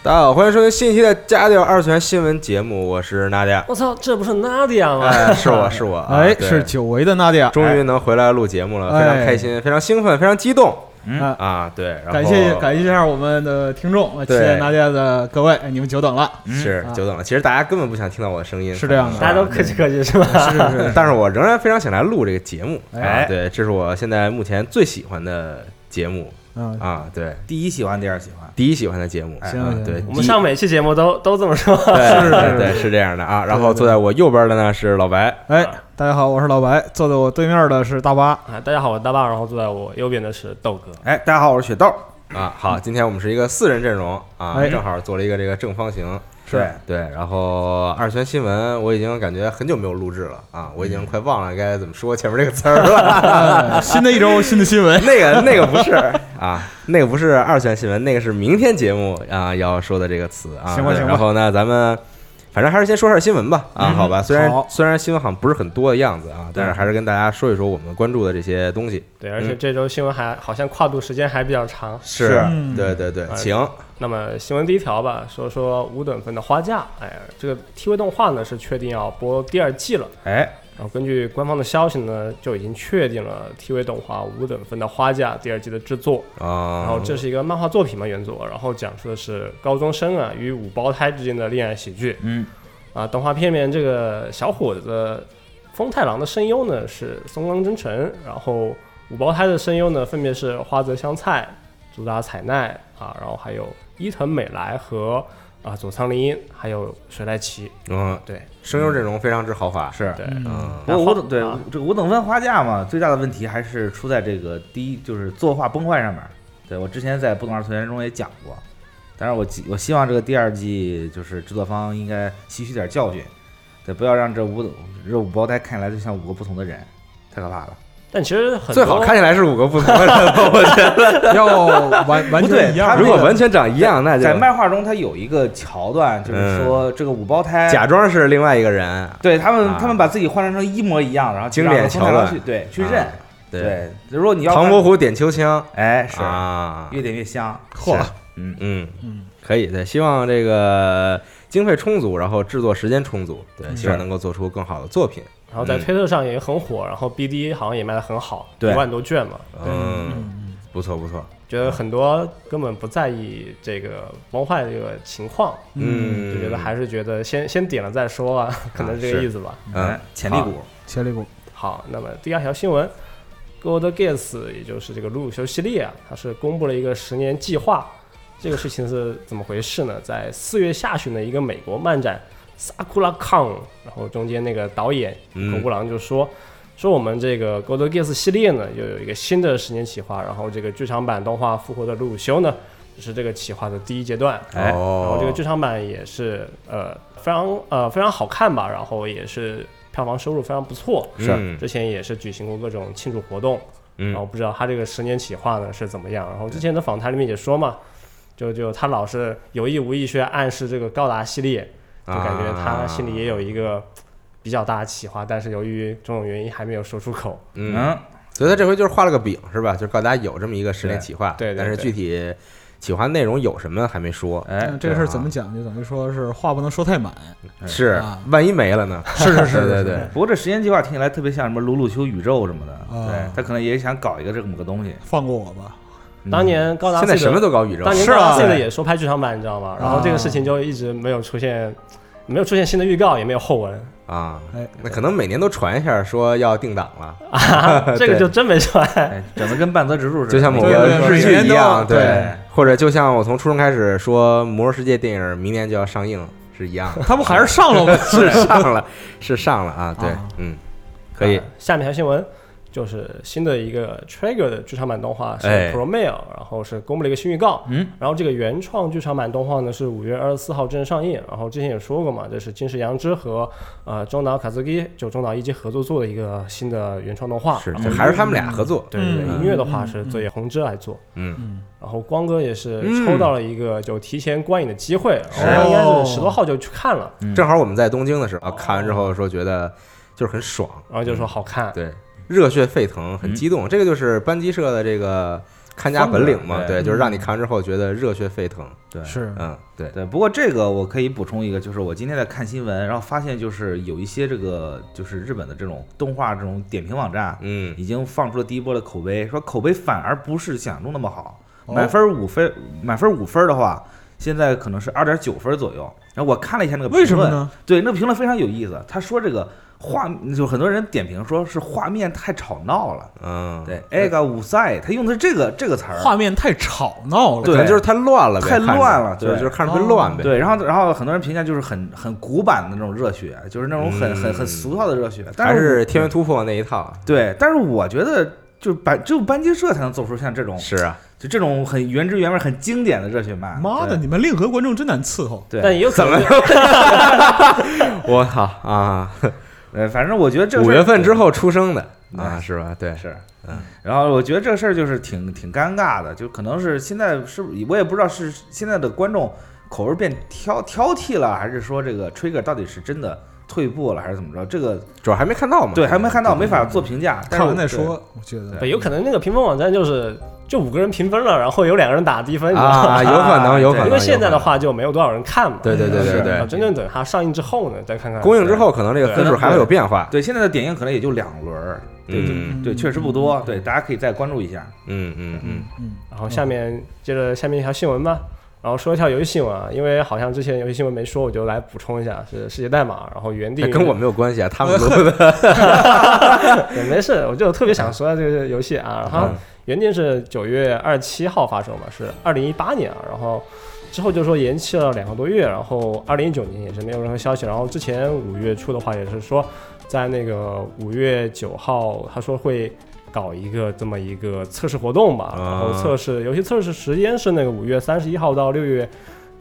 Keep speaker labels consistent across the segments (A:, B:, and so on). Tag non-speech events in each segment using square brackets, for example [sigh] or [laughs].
A: 大家好，欢迎收听新一期的《家教二次元新闻节目》，我是娜迪亚，
B: 我操，这不是 Nadia 吗？
A: 哎，是我是我，啊
C: 哎，
A: 对
C: 是久违的哎娜迪亚，
A: 终于能回来录节目了，
C: 哎
A: 非常开心，非常兴奋，非常激动
C: 哎啊
A: 啊！对，然后
C: 感谢感谢一下我们的听众，期
A: 对
C: 待娜迪亚的各位，哎你们久
A: [laughs]
C: 等了。
D: 嗯
A: 是
C: 啊
A: 久等了，其实大家根本不想听到我的声音，
C: 是这样的
A: 啊
B: 大家都客气客气是吧？
C: 是是是，
A: 但嗯是我仍然非常想来录这个节目，啊
D: 哎
A: 对，这是我现在目前最喜欢的节目
C: 嗯，
A: 啊，对，
D: 第一喜欢，第二喜欢，嗯
A: 第一喜欢的节目，
C: 行
A: 啊
C: 行
A: 对，
B: 我们上每期节目都都这么说。
A: [laughs] 对
C: 是
A: 对
C: 是
A: 对是这样的啊，然后
C: 对对对
A: 坐在我右边的呢是老白，
C: 哎，大家好，我是老白，坐在我对面的是大
A: [laughs]
C: 巴，
B: 啊，大家好，我是大棒，然后坐在我右边的是豆哥。
D: 哎，大家好，我是雪豆，
A: 啊，好，今天我们是一个四人阵容啊，
C: 哎
A: 正好做了一个这个正方形。嗯
D: 是
A: 对，然后二泉新闻，我已经感觉很久没有录制了啊，我已经快忘了该怎么说前面这个词儿了。 [laughs]
C: 哎新的一周新的新闻，
A: 那个那个不是啊，那个不是二泉新闻，那个是明天节目啊要说的这个词啊。
C: 行吧行吧
A: 然后呢，咱们反正还是先说说新闻吧啊，好吧。虽然
C: 好
A: 虽然新闻好像不是很多的样子啊，但是还是跟大家说一说我们关注的这些东西。
B: 对，而且这周新闻还好像跨度时间还比较长。
A: 嗯是
C: 嗯
A: 对对对，
B: 哎
A: 请
B: 那么新闻第一条吧，说说五等分的花嫁，哎，这个 TV 动画呢是确定要播第二季了。
D: 哎，
B: 然后根据官方的消息呢，就已经确定了 TV 动画五等分的花嫁第二季的制作。
A: 啊。
B: 然后这是一个漫画作品嘛，原作，然后讲述的是高中生啊与五胞胎之间的恋爱喜剧。
D: 嗯，
B: 啊，动画片里面这个小伙子风太郎的声优呢是松冈真诚，然后五胞胎的声优呢分别是花泽香菜、竹达彩奈啊，然后还有伊藤美来和啊佐仓绫音，还有水濑奇。
A: 嗯，
B: 对
A: 声优阵容非常之豪华。
D: 是。
B: 对，
A: 嗯，
D: 不过
B: 花
D: 五等对
B: 啊
D: 这个五等分花架嘛，最大的问题还是出在这个第一就是作画崩坏上面。对我之前在不懂二次元中也讲过，但是我希我希望这个第二季就是制作方应该吸取点教训，对，不要让这五等这五胞胎看起来就像五个不同的人，太可怕了。
B: 但其实很
A: 最好
B: 多
A: 看起来是五个不同的人，我觉得。
C: 要完完
D: 不对
C: 全一样
D: 他
C: 的。
A: 如果完全长一样，那就嗯
D: 在漫画中，它有一个桥段，就是说这个五胞胎
A: 假装是另外一个人。
D: 对他们
A: 啊，
D: 他们把自己换成成一模一样，然后
A: 经典
D: 让
A: 桥
D: 风太郎
A: 段
D: 去对去
A: 啊
D: 认。，对，如果你要
A: 唐
D: 看
A: 伯，虎点秋香
D: 哎，是
A: 啊，
D: 越点越香。
C: 嚯，
D: 嗯，
A: 嗯
C: 嗯，
A: 可以对，希望这个经费充足，然后制作时间充足，对，希望能够做出更好的作品。
B: 然后在
A: 嗯
B: 推特上也很火，然后 BD 好像也卖得很好，一
D: 对
B: 万多卷嘛。
A: 嗯，不错不错，
B: 觉得很多根本不在意这个崩坏这个情况，
A: 嗯，
B: 就觉得还是觉得先先点了再说吧，可能这个意思吧。
A: 嗯
D: 哎，潜力股，
C: 潜力股，
B: 好，那么第二条新闻，Gold Gates 也就是这个鲁鲁修系列啊，它是公布了一个十年计划。这个事情是怎么回事呢？在四月下旬的一个美国漫展 Sakura Con，然后中间那个导演
A: 嗯
B: 口布郎就说。说我们这个《Gold Gates》系列呢，又有一个新的十年企划，然后这个剧场版动画复活的鲁鲁修呢，就是这个企划的第一阶段。
D: 哎
A: 哦，
B: 然后这个剧场版也是呃非常呃非常好看吧，然后也是票房收入非常不错，
A: 是嗯
B: 之前也是举行过各种庆祝活动，
A: 嗯
B: 然后不知道他这个十年企划呢是怎么样，然后之前的访谈里面也说嘛，就就他老是有意无意去暗示这个高达系列，就感觉
A: 啊
B: 他心里也有一个比较大的企划，但是由于种种原因还没有说出口，
A: 嗯，
D: 嗯，
A: 所以他这回就是画了个饼是吧？就是告诉大家有这么一个十年企划，
B: 对对对
A: 但是
B: 对
A: 具体企划内容有什么还没说，
D: 哎，
C: 这个事儿
A: 对啊
C: 怎么讲？就等于说是话不能说太满，
B: 哎
A: 是
C: 啊
A: 万一没了
B: [laughs]
A: 呢？
C: 是是是，
A: 对对对
C: 是，
D: 不过这时间计划听起来特别像什么鲁鲁修宇宙什么的，
C: 哦
D: 对他可能也想搞一个这么
C: [laughs]
D: 个东西。
C: 放过我吧。
A: 嗯
B: 当年高达
A: 现在什么
B: 都
A: 都搞宇宙
B: 当，年
C: 是
B: 高
C: 啊
B: 达系列也说拍剧场版，你知道吗？
A: 啊
B: 然后这个事情就一直没有出现，没有出现新的预告，也没有后文，
A: 啊
C: 哎，
A: 那可能每年都传一下说要定档了，
B: 啊 [laughs] 这个就真没出来。
D: 哎，整的跟半泽直树似的，
A: 就像某
C: 对
A: 个
C: 对对
A: 日剧一样，
C: 每年都，
A: 对
D: 对，
A: 或者就像我从初中开始说《魔兽世界》电影明年就要上映是一样的
B: [laughs]
C: 他不还是上了
A: [laughs]
C: 吗？
A: 是上了，是上了啊，对
C: 啊，
A: 嗯，可以
B: 啊， [laughs] 下面一条新闻就是新的一个 Trigger 的剧场版动画是
A: 哎
B: Promare，、然后是公布了一个新预告。
D: 嗯，
B: 然后这个原创剧场版动画呢是五月二十四号正式上映。然后之前也说过嘛，这是金石阳之和呃中岛卡兹基就中岛一基合作做的一个新的原创动画。
A: 是
B: 然
A: 就
B: 后
A: 还是他们俩合作，
B: 对对对，
C: 嗯
B: 音乐的话是作业红之来做。
A: 嗯，
B: 然后光哥也是
A: 嗯
B: 抽到了一个就提前观影的机会，
A: 是
B: 然后应
C: 哦
B: 该是十多号就去看了，
D: 嗯
A: 正好我们在东京的时候啊看完之后说觉得就是很爽，
B: 然后就说好看。
D: 嗯
A: 对，热血沸腾，很激动，这个就是班级社的这个。看家本领嘛，
D: 风格
A: 对，
D: 对
A: 就是让你看完之后觉得热血沸腾，
D: 对
C: 是
A: 嗯，对，
D: 对，不过这个我可以补充一个，就是我今天在看新闻，然后发现就是有一些这个就是日本的这种动画这种点评网站，
A: 嗯，
D: 已经放出了第一波的口碑，说口碑反而不是想象中那么好，
C: 哦
D: 满分五分，满分五分的话，现在可能是二点九分左右。然后我看了一下那个评论，
C: 为什么？呢？
D: 对，那个评论非常有意思，他说这个画就很多人点评说是画面太吵闹了，
A: 嗯，
D: 对，哎个五赛，他用的是这个这个词儿，
C: 画面太吵闹了，
A: 可能就是太乱了呗，
D: 太
A: 看着
D: 乱了
A: 就是
D: 对
A: 就是看着会乱呗，
D: 对，然后然后很多人评价就是很很古板的那种热血，就是那种很很
A: 嗯
D: 很俗套的热血，但
A: 还
D: 是
A: 是天元突破那一套，啊
D: 对，但是我觉得就班只有班级社才能做出像这种
A: 是啊，
D: 就这种很原汁原味、很经典的热血漫。
C: 妈的，
D: 对，
C: 你们令和观众真难伺候。
D: 对，
B: 但也有
D: [laughs]
B: 可能
A: 我靠啊，
D: 呃，反正我觉得这个
A: 五
D: 事儿
A: 月份之后出生的啊，
D: 对
A: 是吧？对，
D: 是，
A: 嗯，
D: 然后我觉得这事儿就是挺挺尴尬的，就可能是现在是不是我也不知道是现在的观众口味变挑挑剔了，还是说这个 Trigger 到底是真的退步了，还是怎么着？这个
A: 主要还没看到嘛，
D: 对还没看到，
A: 嗯
D: 没法做评价。但是
C: 看完
D: 我
C: 再
D: 对
C: 说，我觉得
B: 对，有可能那个评分网站就是就五个人评分了，然后有两个人打低分，你知道吗？
A: 啊，有可能，有可
D: 对
A: 能，
B: [laughs] 因为现在的
A: 有可
B: 话就没有多少人看嘛。
A: 能，对对对对
D: 是
B: 啊
A: 对，
B: 真正等它上映之后呢，再看看
A: 公映之后可能这个
B: 对
A: 分数还会有变化，
D: 对现在的点映可能也就两轮儿，对对
A: 嗯
D: 对，确实不多，对，大家可以再关注一下。
A: 嗯嗯嗯，
C: 嗯，
B: 然后下面接着下面一条新闻吧，然后说一条游戏新闻啊，因为好像之前游戏新闻没说，我就来补充一下，是《世界代码》，然后原
A: 那
B: 定
A: 跟我没有关系啊，他们录的，
B: 对 [laughs] 没事，我就特别想说这个游戏啊，然后
A: 嗯
B: 原定是九月二十七号发售嘛，是二零一八年啊，然后之后就说延期了两个多月，然后二零一九年也是没有任何消息，然后之前五月初的话也是说，在那个五月九号他说会。搞一个这么一个测试活动吧，
A: 啊
B: 然后测试游戏测试时间是那个五月三十一号到六月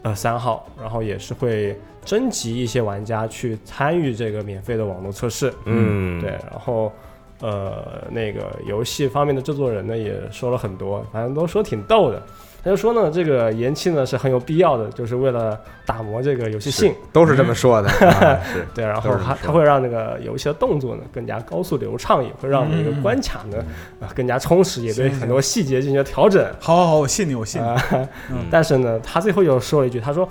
B: 呃三号，然后也是会征集一些玩家去参与这个免费的网络测试，
A: [laughs] 嗯，
B: 对，，然后呃，那个游戏方面的制作人呢也说了很多，反正都说挺逗的。他就说呢，这个延期呢是很有必要的，就是为了打磨这个游戏性。
A: 都是这么说的，啊是，
B: 对，然
A: 都
B: 后
A: 是这么
B: 它
A: 说
B: 它会让那个游戏的动作呢更加高速流畅，也会让每个
C: 嗯
B: 关卡呢、啊更加充实，也对
C: 行行
B: 很多细节进行了调整。
C: 好好好，我信你，我信你。
A: 嗯
B: 但是呢，他最后又说了一句，他说。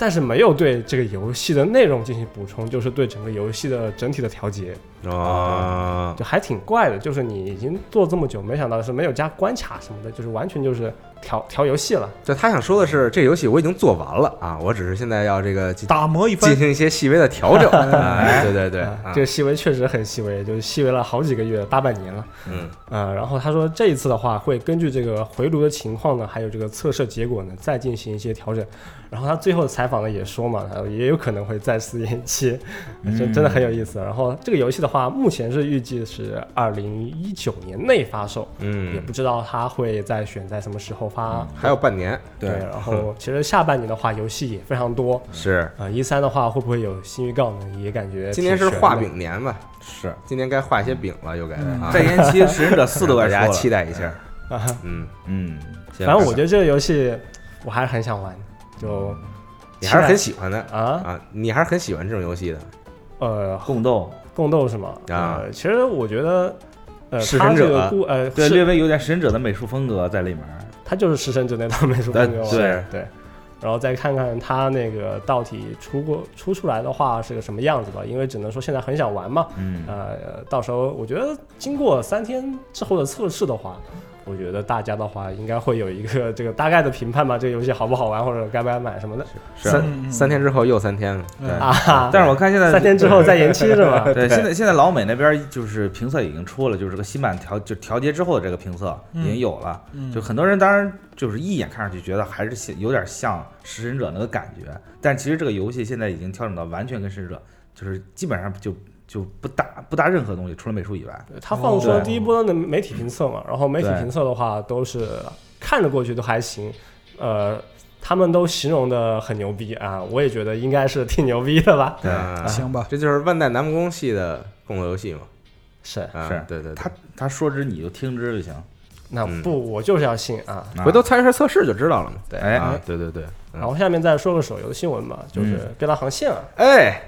B: 但是没有对这个游戏的内容进行补充，就是对整个游戏的整体的调节。
A: 哦，
B: 就还挺怪的，就是你已经做这么久，没想到是没有加关卡什么的，就是完全就是调调游戏了。
A: 就他想说的是，这游戏我已经做完了啊，我只是现在要这个进
C: 打磨一番
A: 进，行一些细微的调整，哎，对对对，
B: 啊
A: 啊
B: 这个细微确实很细微，就是细微了好几个月，大半年了。
A: 嗯，
B: 呃，然后他说这一次的话，会根据这个回炉的情况呢，还有这个测试结果呢，再进行一些调整。然后他最后采访呢也说嘛，他说也有可能会再次延期，
A: 嗯
B: 真真的很有意思。然后这个游戏的话，目前是预计是二零一九年内发售，也
A: 嗯，
B: 不知道他会再选在什么时候发。
A: 还有半年，
D: 对
B: 然后其实下半年的话，游戏也非常多。
D: 嗯
A: 是，
B: 呃，一三的话会不会有新预告呢？也感觉
A: 今年是
B: 挺悬的
A: 画，饼年吧，
D: 是，
A: 今年该画一些饼了，又该啊
D: 再，延期《食人者四》
A: [laughs]
D: 都
A: 大
D: 该
A: 家期
D: 说了。
A: 待一下，嗯，
D: 嗯，
A: 行
B: 啊反正我觉得这个游戏我还是很想玩，
A: 嗯
B: 就
A: 你还是很喜欢的
B: 啊
A: 啊，你还是很喜欢这种游戏的，
B: 呃
D: [laughs] 共斗，
B: 共斗是吗？
A: 啊
B: 呃，其实我觉得。呃，
A: 弑
B: 他
A: 神
B: 这
A: 者啊
B: 个故呃，
D: 对，
B: 是
D: 略微有点《食人者》的美术风格在里面。
B: 他就是食神者那套美术风格嘛，
D: 对对
B: 对，然后再看看他那个到底出过出出来的话是个什么样子吧，因为只能说现在很想玩嘛，
D: 嗯，
A: 啊
B: 呃，到时候我觉得经过三天之后的测试的话，我觉得大家的话应该会有一个这个大概的评判吧，这个游戏好不好玩或者该不该买什么的
D: 是
C: 嗯
D: 啊
A: 三
C: 嗯
A: 三天之后又三天了，
C: 嗯
B: 啊哈。
D: 但是我看现在
B: [laughs] 三天之后再延期是吧？
D: 对，现在现在老美那边就是评测已经出了，就是这个新版调就调节之后的这个评测已经有了，
C: 嗯
D: 就很多人当然就是一眼看上去觉得还是像有点像食神者那个感觉，但其实这个游戏现在已经调整到完全跟食神者就是基本上就就不搭不搭任何东西，除了美术以外。
B: 他放出
D: 哦
B: 了
D: 对
B: 第一波的媒体评测嘛，然后媒体
D: 对
B: 评测的话都是看着过去都还行，呃，他们都形容的很牛逼啊，我也觉得应该是挺牛逼的吧？
D: 对
A: 啊
C: 行吧，
A: 这就是万代南梦宫系的共斗游戏嘛，
B: 是，
A: 啊，
D: 是
A: 对对对，
D: 他他说之你就听之就行。
B: 那
A: 嗯
B: 不我就是要信啊，
D: 啊
A: 回头参与下测试就知道了嘛，
B: 对
D: 哎
A: 啊，对对对，嗯
B: 然后下面再说个手游新闻吧，就是《边拉航线》啊，
A: 哎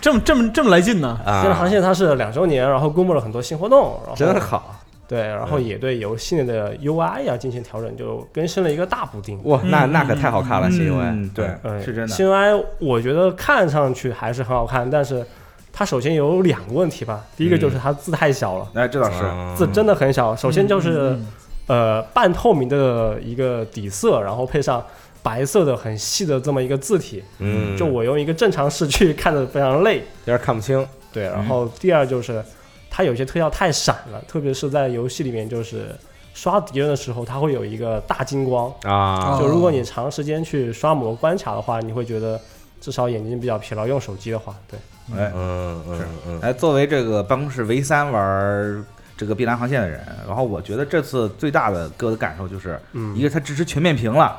C: 这么这么这么来劲呢？
B: 《边拉
A: 啊
B: 航，线》它是两周年，然后公布了很多新活动，然后
A: 真好，
B: 对，然后也对游戏内的 UI 要进行调整，就更新了一个大补丁。
A: 哇，那那可太好看了，新游
D: 嗯对，
B: 呃，
D: 是真的。
B: 新 UI 我觉得看上去还是很好看，但是它首先有两个问题吧，第一个就是它字太小了，
D: 哎，这
A: 啊
D: 倒是，
B: 字
A: 是
B: 真的很小。首先就是
C: 嗯
B: 呃半透明的一个底色，然后配上白色的很细的这么一个字体，
A: 嗯，
B: 就我用一个正常视去看的非常累。
A: 有点看不清，
B: 对，然后第二就是它有些特效太闪了，特别是在游戏里面，就是刷敌人的时候，它会有一个大金光。
A: 啊，
C: 哦
B: 就如果你长时间去刷某个关卡的话，你会觉得至少眼睛比较疲劳。用手机的话，对，
D: 哎
A: 嗯嗯嗯，
D: 哎，作为这个办公室唯三玩儿这个《碧蓝航线》的人，然后我觉得这次最大的给我的感受就是，
B: 嗯
D: 一个它支持全面屏了，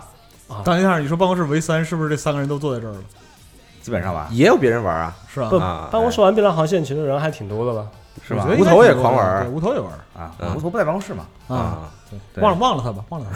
C: 等一下，你说办公室唯三是不是这三个人都坐在这儿了？
D: 基本上吧，
A: 也有别人玩啊，
C: 是吧
B: 不？
A: 啊
B: 办公室玩《碧蓝航线》其实人还挺多的吧？
D: 是
C: 我
D: 吧
C: 觉？得
A: 无头也狂玩儿
C: 对无头也玩儿
D: 啊，
A: 嗯
D: 无头不在办公室嘛，
C: 啊，
A: 啊，
D: 对
C: 忘了忘了他吧，忘了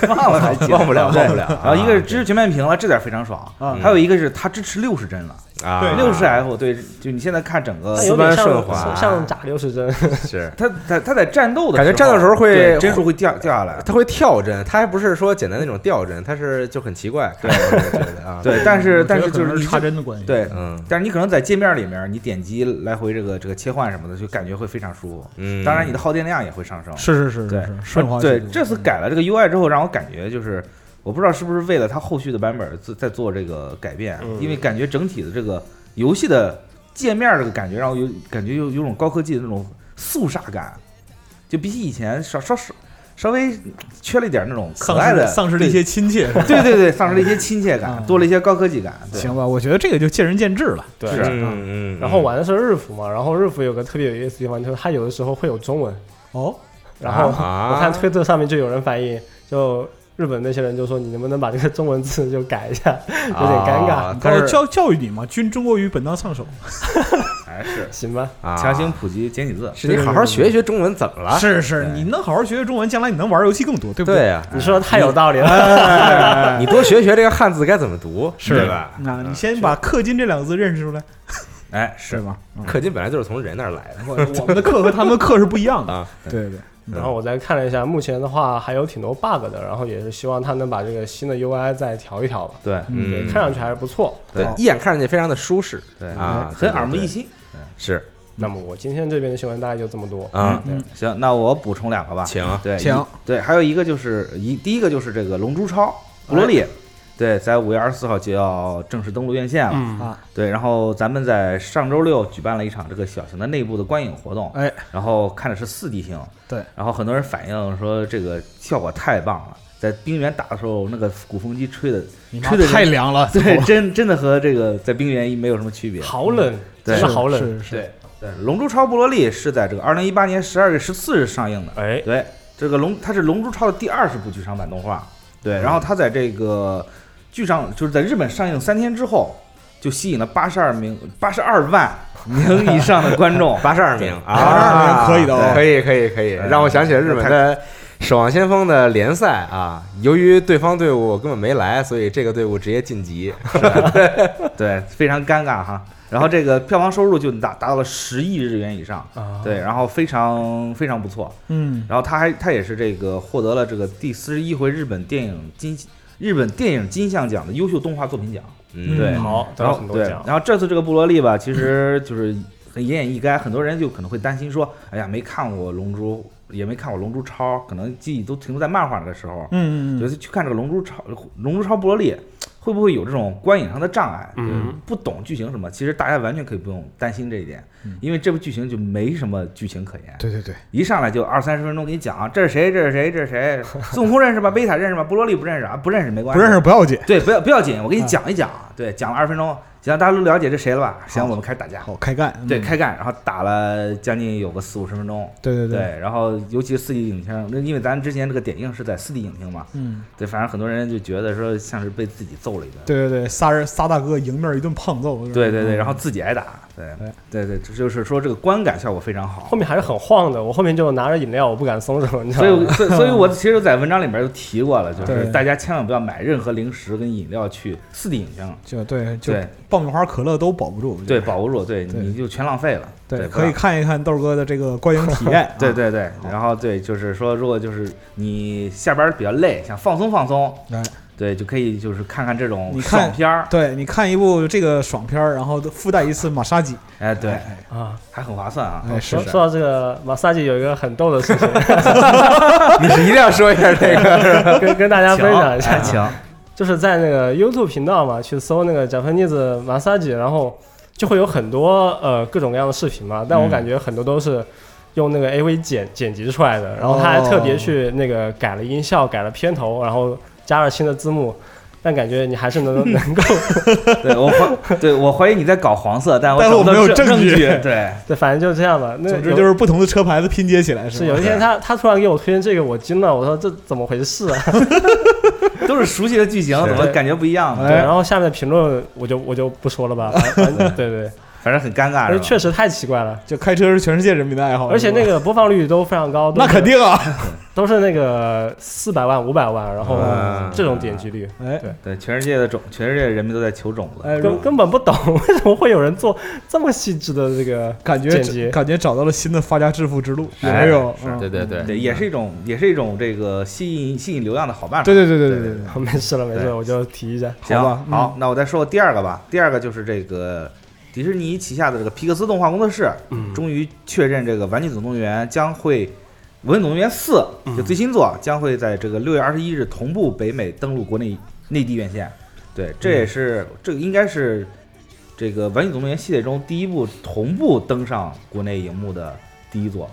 C: 他
D: 忘了还记
A: [laughs]
D: 得
A: 忘不了
D: 对
A: 忘不了啊
D: 然后一个是支持全面屏了，这点非常爽。
C: 啊
A: 嗯。
D: 还有一个是它支持六十帧了，
A: 啊，
D: 六十 F 对，就你现在看整个
B: 但
A: 哎
B: 有
A: 呦
B: 点
A: 四班顺
B: 像
A: 滑
B: 像假六十帧，
A: [laughs] 是，
D: 它它它在战斗的
A: 感觉战斗时候会嗯
D: 对帧数会掉掉下来，
A: 它会跳帧，它还不是说简单那种掉帧，它是就很奇怪，对，我觉得啊，
D: 对，但是
C: 我觉得
D: 但是
C: 可
D: 就
C: 能
D: 是
C: 是
D: 你
C: 插针的关系。，
D: 对，
A: 嗯
D: 但是你可能在界面里面，你点击来回这个这个切换什么的，就感觉会非常舒服。
A: 嗯，
D: 当然，你的耗电量也会上升。
C: 是是是
D: 对
C: 是是，顺滑起嗯来。
D: 对，这次改了这个 UI 之后，让我感觉就是，我不知道是不是为了它后续的版本自在做这个改变，
B: 嗯
D: 因为感觉整体的这个游戏的界面这个感觉，让我有感觉有有种高科技的那种肃杀感，就比起以前稍稍稍稍微缺了一点那种可
C: 丧
D: 爱
C: 失
D: 的，
C: 了丧失了一些亲切。
D: 对，对对对，丧失了一些亲切感，
C: 嗯
D: 多了一些高科技感。对
C: 行吧，我觉得这个就见仁见智了。
B: [laughs] 对。
D: 是
A: 嗯嗯，
B: 然后玩的是日服嘛，然后日服有个特别有意思的地方，就是它有的时候会有中文。
C: 哦，
B: 然后
A: 啊
B: 我看推特上面就有人反映，就日本那些人就说你能不能把这个中文字就改一下，
A: 有
B: 有点尴尬
A: 但
C: 他
A: 啊是
C: 哦教教育你嘛，君中国语本当上手。
D: 还是
B: 行吧？
A: 啊
D: 强行普及简体字。
A: 是你好好学一学中文怎么了？
C: 是是，
D: 对
C: 你能好好学学中文，将来你能玩游戏更啊多，对不
A: 对？啊呀，
B: 你说的太有道理了，
C: [laughs]
A: 你多学学这个汉字该怎么读，
C: 是
A: 对吧？
C: 啊，你先把“氪金”这两个字认识出来，
D: 哎，是
C: 对吧？嗯
A: 氪金本来就是从人那儿来的
C: 我我们的课和他们的课是不一样的。
A: 啊，
C: [laughs] 对对，
B: [laughs] 然后我再看了一下，目前的话还有挺多 bug 的，然后也是希望它能把这个新的 UI 再调一调吧。
D: 对
B: 对，
A: 嗯，
B: 看上去还是不错。
A: 对，一眼看上去非常的舒适
C: 嗯
D: 对
A: 啊，
D: 很耳目一
A: 新，
D: 新。
A: 是
B: 那么我今天这边的新闻大概就这么多。
A: 啊，
C: 嗯，
D: 行，那我补充两个吧。
A: 请。
D: 对，
C: 请
D: 一对，还有一个就是一第一个就是这个《龙珠超》布罗利，对，在五月二十四号就要正式登陆院线了。
B: 嗯
C: 啊，
D: 对，然后咱们在上周六举办了一场这个小型的内部的观影活动，
C: 哎，
D: 然后看的是四 D 屏，
C: 对，
D: 然后很多人反映说这个效果太棒了，在冰原打的时候，那个鼓风机吹的
C: 你妈
D: 吹的
C: 太凉了，
D: 对， [laughs] 真真的和这个在冰原没有什么区别。
B: 好冷，
D: 对
B: 真
C: 是
B: 的好冷。
C: 是是，
D: 对对，《龙珠超：布罗利》是在这个二零一八年十二月十四日上映的。
B: 哎，
D: 对，这个龙它是《龙珠超》的第二十部剧场版动画。对，然后它在这个剧上就是在日本上映三天之后，就吸引了八十二名八十二万名以上的观众
A: 八十二名
C: 82
A: 啊，
C: 名可以的哦
A: 可以可以可以，
D: 嗯
A: 让我想起了日本的守望先锋的联赛啊，由于对方队伍根本没来，所以这个队伍直接晋
C: [laughs]
A: 级，
D: [laughs] 对，非常尴尬哈。然后这个票房收入就达达到了十亿日元以上。
B: 啊，
D: 对，然后非常非常不错。
C: 嗯，
D: 然后他还他也是这个获得了这个第四十一回日本电影金日本电影金像奖的优秀动画作品奖。
A: 嗯，
D: 对
B: 好，得到
D: 然后
B: 很多
D: 对，
B: 奖
D: 然。后这次这个布罗利吧，其实就是很言简意赅，很多人就可能会担心说，哎呀，没看过《龙珠》，也没看过《龙珠超》，可能记忆都停留在漫画那个时候，
C: 嗯嗯
D: 觉得去看这个《龙珠超》《龙珠超》布罗利，会不会有这种观影上的障碍？
B: 嗯，
D: 不懂剧情什么，其实大家完全可以不用担心这一点
C: 嗯，
D: 因为这部剧情就没什么剧情可言。
C: 对对对，
D: 一上来就二三十分钟给你讲，这是谁？这是谁？这是谁？孙悟空认识 [laughs] 吧？贝塔认识吧？布罗利不认识啊？不认识没关
C: 不
D: 系，
C: 认识不要紧。
D: [laughs] 对，不要不要紧，我给你讲一讲。对，讲了二十分钟，行，大家都了解这谁了吧？行，我们开始打架。
C: 嗯好，开干。
D: 对，
C: 嗯
D: 开干，然后打了将近有个四五十分钟。
C: 对对
D: 对，，然后尤其是四 D 影厅，那因为咱之前这个点映是在四 D 影厅嘛，
C: 嗯，
D: 对，反正很多人就觉得说像是被自己揍了一顿。
C: 对对对，仨人仨大哥迎面一顿胖揍。嗯
D: 对对对，然
C: 后
D: 后自己挨打。对
C: 哎
D: 对对，这就是说这个观感效果非常好
B: 后。面还是很晃的，我后面就拿着饮料，我不敢松手，你知
D: 所以
B: 道
D: 我，
B: 吗？
D: 所以，所以我其实，在文章里面就提
C: [laughs]
D: 过了，就是
C: 对
D: 大家千万不要买任何零食跟饮料去四 D 影像，
C: 就对，就
D: 对
C: 爆米花、可乐都保不住，
D: 对，保不住，对，
C: 对
D: 你就全浪费了。
C: 对，
D: 不要
C: 可以看一看豆哥的这个观影体验 [laughs] 啊，
D: [laughs] 对对对，然后对，就是说，如果就是你下班比较累，想放松放松，
C: 哎
D: 对，就可以就是看看这种
C: 你看
D: 爽片儿，
C: 对，你看一部这个爽片儿，然后附带一次马杀鸡，
D: 哎，对，
C: 哎
B: 啊，
D: 还很划算啊。
C: 哎
B: 说
C: 是
B: 说到这个马萨吉有一个很逗的事情，
A: 你是一定要说一下这
C: [laughs]
A: 个，
B: [laughs] 跟跟大家分享一
D: 哎
B: 下，
D: 请，
B: 就是在那个 YouTube 频道嘛，去搜那个 Japanese massage，然后就会有很多呃各种各样的视频嘛，但我
D: 嗯
B: 感觉很多都是用那个 AV 剪剪辑出来的，然后他
C: 哦
B: 还特别去那个改了音效、改了片头，然后加了新的字幕，但感觉你还是
C: [laughs]
B: 能能够，
D: 对我怀，对我怀疑你在搞黄色，但我
C: 但
D: 找
C: 我
D: 不到
C: 没有
D: 证
C: 证据
D: 据。对，
B: 对，反正就这样吧。那
C: 总之
B: 有
C: 就是不同的车牌子拼接起来
B: 是
C: 吧
B: 有一天他他突然给我推荐这个，我惊了，我说这怎么回事啊？
D: 都是熟悉的剧情，
A: 是
D: 怎么感觉不一样
C: 哎
D: 呢？
B: 对，然后下面的评论我就我就不说了吧，反反正对对，
D: 反正很尴
B: 而
D: 尬，
C: 哎
D: 是
B: 且
D: 吧？
B: 确实太奇怪了。
C: 就开车是全世界人民的爱好，
B: 而且那
C: 是吧
B: 个播放率都非常高，都
C: 那
B: 是
C: 肯定啊，
B: 都是那个四百万、五百万，然后
C: 啊
A: 嗯
B: 这种点击率，
C: 哎
B: 对
D: 对，全世界的种，全世界的人民都在求种子。
C: 哎，如
B: 根根本不懂为什么会有人做这么细致的这个
C: 感觉
B: 剪
C: 找
B: 辑
C: 感觉找到了新的发家致富之路，有
D: 哎
C: 没有？
D: 是
C: 嗯
A: 对对对
D: 对，也是一种，也是一种这个吸引吸引流量的好办法。
C: 对对对对对
B: [laughs]
C: 对，
B: 没事了，没事
D: 对
B: 了，我就提一下。
D: 行，
C: 好吧嗯
D: 好，那我再说第二个吧。第二个就是这个迪士尼旗下的这个皮克斯动画工作室，
B: 嗯
D: 终于确认这个《玩具总动员》将会，《玩具总动员四》就最新作将会在这个六月二十一日同步北美登陆国内内地院线。对，这也是这个应该是这个《玩具总动员》系列中第一部同步登上国内荧幕的第一作。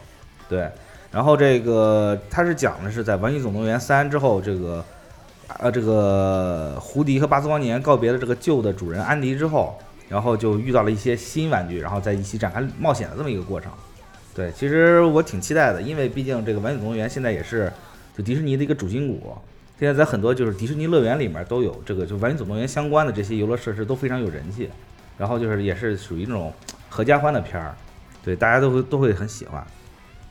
D: 对，然后这个它是讲的是在《玩具总动员三》之后，这个呃这个胡迪和巴斯光年告别了这个旧的主人安迪之后，然后就遇到了一些新玩具，然后在一起展开冒险的这么一个过程。对，其实我挺期待的，因为毕竟这个《玩具总动员》现在也是就迪士尼的一个主心骨。现在在很多就是迪士尼乐园里面都有这个，就《玩具总动员》相关的这些游乐设施都非常有人气，然后就是也是属于那种合家欢的片儿，对，大家都会都会很喜欢。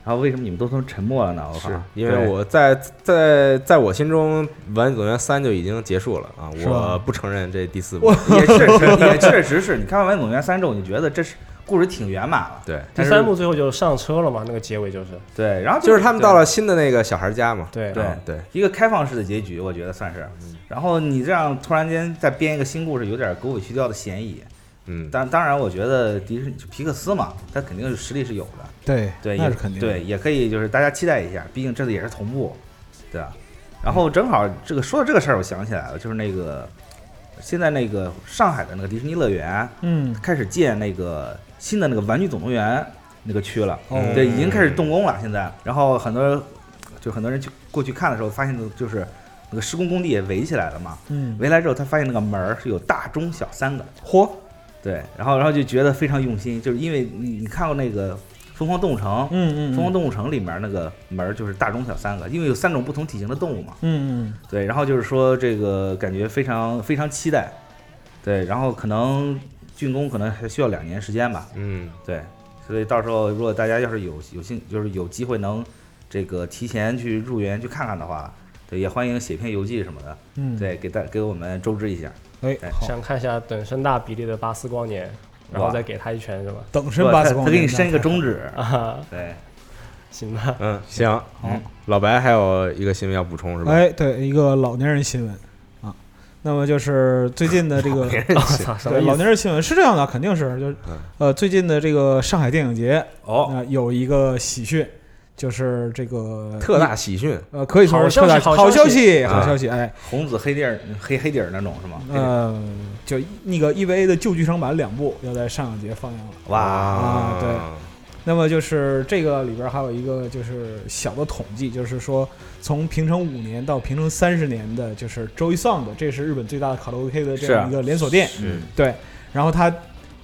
D: 然后为什么你们都都沉默了呢？我靠
A: 是，因为
D: 对
A: 我在在在我心中，《玩具总动员三》就已经结束了啊，
C: 是吧
A: 我不承认这第四部。
D: 也确实，也确实是你看完《玩具总动员三》之后，你觉得这是故事挺圆满了。
A: 对，
B: 第三幕最后就上车了嘛，那个结尾就是
D: 对， [laughs] 然后
A: 就是他们到了新的那个小孩家嘛。
B: 对
D: 对
A: 嗯对，
D: 一个开放式的结局，我觉得算是。
C: 嗯
D: 然后你这样突然间再编一个新故事，有点狗尾续貂的嫌疑。
A: 嗯，
D: 当当然，我觉得迪士尼皮克斯嘛，他肯定是实力是有的，
C: 对
D: 对，
C: 那
D: 也
C: 是肯定的，
D: 对，也可以就是大家期待一下，毕竟这次也是同步，对吧？然后正好这个说到这个事儿，我想起来了，就是那个现在那个上海的那个迪士尼乐园，
C: 嗯，
D: 开始建那个新的那个玩具总动员那个区了，
C: 哦
D: 对，已经开始动工了。现在，然后很多就很多人去过去看的时候，发现就是那个施工工地也围起来了嘛，
C: 嗯，
D: 围来之后，他发现那个门儿是有大、中、小三个，
C: 嚯，
D: 对，然后然后就觉得非常用心，就是因为你你看过那个《疯狂动物城》，
C: 嗯嗯，
D: 疯狂动物城》里面那个门儿就是大、中、小三个，因为有三种不同体型的动物嘛，
C: 嗯嗯，
D: 对，然后就是说这个感觉非常非常期待，对，然后可能竣工可能还需要两年时间吧，
A: 嗯，
D: 对，所以到时候如果大家要是有有幸，就是有机会能这个提前去入园去看看的话，对，也欢迎写篇游记什么的，
C: 嗯，
D: 对，给大给我们周知一下。
C: 哎，
D: 哎
C: 好，
B: 想看一下等身大比例的巴斯光年，然后
D: 哇
B: 再给他一拳是吧？
C: [laughs] 等身
D: 对
C: 八
D: 他
C: 次光
D: 他
C: 年，
D: 给你伸一个
C: [laughs]
D: 中指，
B: 啊，
D: 对，
B: 行吧，
A: 嗯，行，
D: 嗯
A: 老白还有一个新闻要补充是吧？
C: 哎，对，一个老年人新闻啊。那么就是最近的这个
B: 我 [laughs] 操，哦什么
C: 对老
B: 意思？
C: 年人新闻是这样的，肯定是就是
A: 嗯
C: 呃，最近的这个上海电影节
D: 哦，
C: 啊、有一个喜讯，就是这个
A: 特大喜讯，
C: 呃，可以说是特大
B: 好消息好
C: 好
B: 消
C: 消息，
A: 啊
C: 好消息，哎，
D: 红紫黑底儿黑黑底儿那种是吗？
C: 呃，就那个 EVA 的旧剧场版两部要在上影节放映了。
D: 哇，
C: 啊对那么就是这个里边还有一个就是小的统计，就是说从平成五年到平成三十年的，就是 Joy Sound，这是日本最大的卡拉 OK 的这样一个连锁店，
D: 是
C: 对，然后他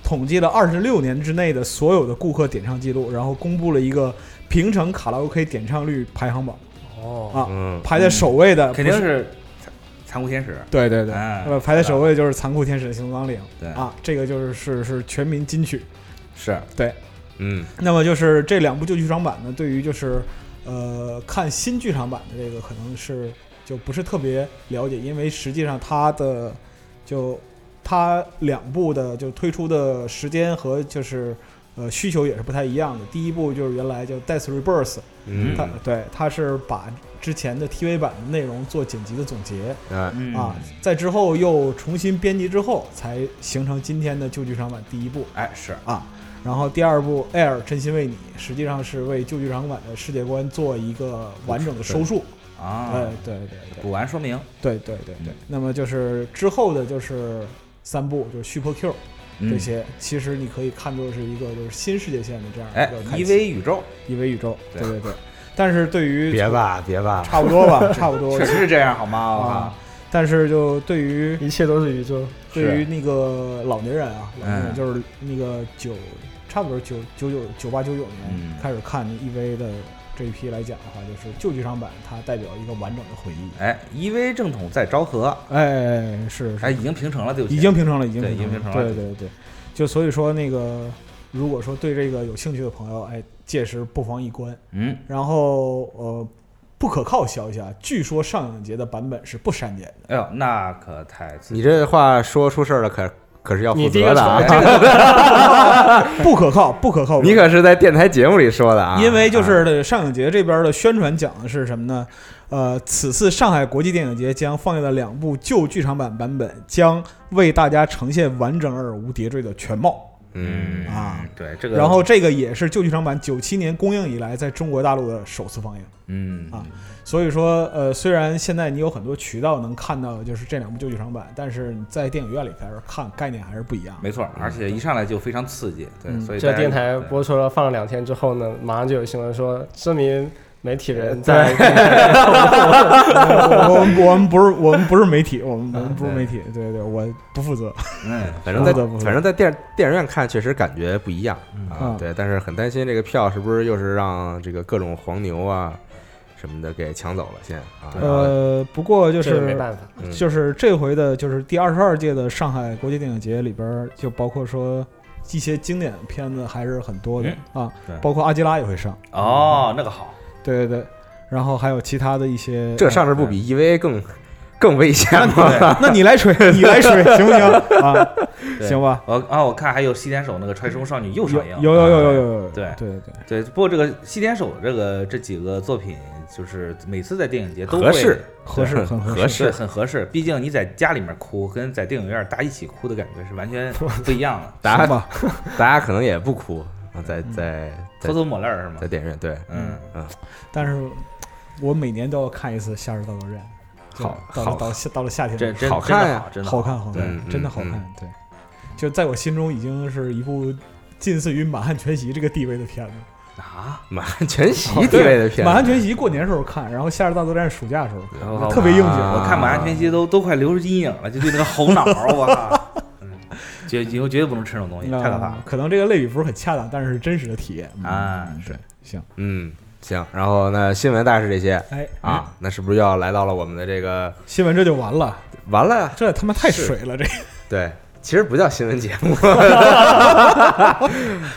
C: 统计了二十六年之内的所有的顾客点唱记录，然后公布了一个平成卡拉 OK 点唱率排行榜，
B: 哦，
C: 啊
A: 嗯，
C: 排在首位的
D: 肯定
C: 不是
D: 是残残酷天使，
C: 对对对，
D: 哎
C: 呃，排在首位就是《残酷天使的行动纲领
D: 对》
C: 啊，这个就是是是全民金曲，
D: 是
A: 嗯
C: 那么就是这两部旧剧场版呢，对于就是呃看新剧场版的这个可能是就不是特别了解，因为实际上它的就它两部的就推出的时间和就是呃需求也是不太一样的。第一部就是原来叫《Death Rebirth》，
A: 嗯
C: 它对它是把之前的 TV 版的内容做剪辑的总结
A: 哎
D: 嗯
C: 啊，在之后又重新编辑之后才形成今天的旧剧场版第一部。
D: 哎是
C: 啊。然后第二部《Air 真心为你》，实际上是为旧剧场版的世界观做一个完整的收束。
D: 啊
C: 哎，，对对对
D: 补完说明，
C: 对对对对
D: 嗯。
C: 那么就是之后的就是三部，就是续破 Q 这
D: 嗯
C: 些，其实你可以看作是一个就是新世界线的这样
D: 哎
C: 一个开启。
D: ，EV 宇宙
C: 一维宇宙，对
D: 对
C: 对对。但是对于
A: 别吧，别吧，
C: 差不多
D: [laughs]
C: 吧，差不多
D: 确实是这样好吗？我
C: 啊
D: 靠，。
C: 但是就对于
B: 一切都是宇宙。
C: 对于那个老年人啊，老年
D: 嗯
C: 人就是那个九，差不多九九九九八九九年
D: 嗯
C: 开始看 EV 的这一批来讲的话，就是旧剧场版它代表一个完整的回忆。
D: 哎，EV 正统在昭和，
C: 哎，是
D: 哎，
C: 是，
D: 已经平成了，对不起，
C: 已经平成了，已经
D: 对
C: 平
D: 已经平成了
C: 对对对，就所以说那个，如果说对这个有兴趣的朋友，哎，届时不妨一观。
D: 嗯，
C: 然后呃，不可靠消息啊，据说上影节的版本是不删减的。
D: 哎呦，那可太刺激
A: 你这话说出事儿了，可可是要负
B: 你第一
A: 责
B: 个
A: 的
B: 说
A: 啊！
D: 了，哎这
C: [laughs]
D: 个
C: 不可靠，不可靠。
A: 你可是在电台节目里说的啊！
C: 因为就是的上影节这边的宣传讲的是什么呢？呃，此次上海国际电影节将放映的两部旧剧场版版本，将为大家呈现完整而无叠缀的全貌。
A: 嗯，
C: 啊，
D: 对这个，
C: 然后这个也是旧剧场版九七年公映以来在中国大陆的首次放映。
D: 嗯
C: 啊所以说，呃，虽然现在你有很多渠道能看到就是这两部旧剧场版，但是你在电影院里开始看概念还是不一样的。
D: 没错，而且一上来就非常刺激，对，
C: 嗯
D: 所以大
B: 这
D: 家
B: 电台
D: 对
B: 播出了，放了两天之后呢，马上就有新闻说知名媒体人
A: 呃
D: [laughs]
B: 在电台
C: [laughs] 我我们我们不是我们不是媒体，我们我们不是媒体，对对，我不负责。
D: 嗯，
A: 反正在
C: 不得不说
A: 反正在电电影院看，确实感觉不一样啊
C: 嗯。
A: 对，但是很担心这个票是不是又是让这个各种黄牛啊什么的给抢走了先啊。然后
C: 呃，不过就
B: 这个
C: 是
B: 没办法，
A: 嗯
C: 就是这回的，就是第二十二届的上海国际电影节里边儿，就包括说一些经典片子还是很多的、啊
D: 对，
C: 包括阿基拉也会上，
D: 哦，那个好，
C: 对对对，然后还有其他的一些。
A: 这上面不比 EVA 更更危险吗？
D: 对
C: 啊那你来吹，你来吹，行不行啊？
D: 对
C: 行吧，
D: 我啊，我看还有西点手那个《揣中少女》又上映，
C: 有有有有有有有，
D: 对
C: 对对对，
D: 对，不过这个西点手这个这几个作品，就是每次在电影节都会
A: 合适，
C: 合适
A: [laughs]
C: 很
A: 合
C: 合适。
A: 适，
D: 对，很合适。毕竟你在家里面哭，跟在电影院大家一起哭的感觉是完全不一样的
A: [laughs] 大
C: 行
A: 家
C: 吧，
A: 大家可能也不哭啊，在
C: 嗯
A: 在
D: 偷
A: 在
D: 偷抹泪儿是吗
A: 在？电影院对，
D: 嗯，
C: 但是我每年都要看一次《夏日到国站》，
A: 好
C: 到
A: 好
C: 了到了夏到了夏天的时候，
D: 真真
A: 好
D: 真的
A: 看啊呀
D: 好，真的
C: 好看，好看
A: 嗯，
C: 真的好看。
A: 嗯
C: 对，就在我心中已经是一部近似于《满汉全席》这个地位的片子。
D: 啊！
A: 满 [laughs] 汉全席哦地位的片
C: 《
A: 子
C: 哦满汉全席》过年时候看，然后《夏日大作战》暑假时候看。
D: 我靠
C: 特别应景
A: 啊
D: 我看《满汉全席》都都快流出阴影了，就对那个猴脑儿，
C: [laughs]
D: 我靠，嗯绝以后绝对不能吃这种
A: 哎
D: 东西，太可怕了
C: 那嗯可能这个类比不是很恰当，但是是真实的体验。嗯
D: 啊！
C: 对，行，
A: 嗯，行，然后那新闻大概是这些
C: 哎，
A: 啊，那是不是要来到了我们的这个
C: 新闻这就完了，
A: 完了？
C: 这他妈太
A: 是
C: 水了，这
A: 对，其实不叫新闻节
C: [laughs]
A: 目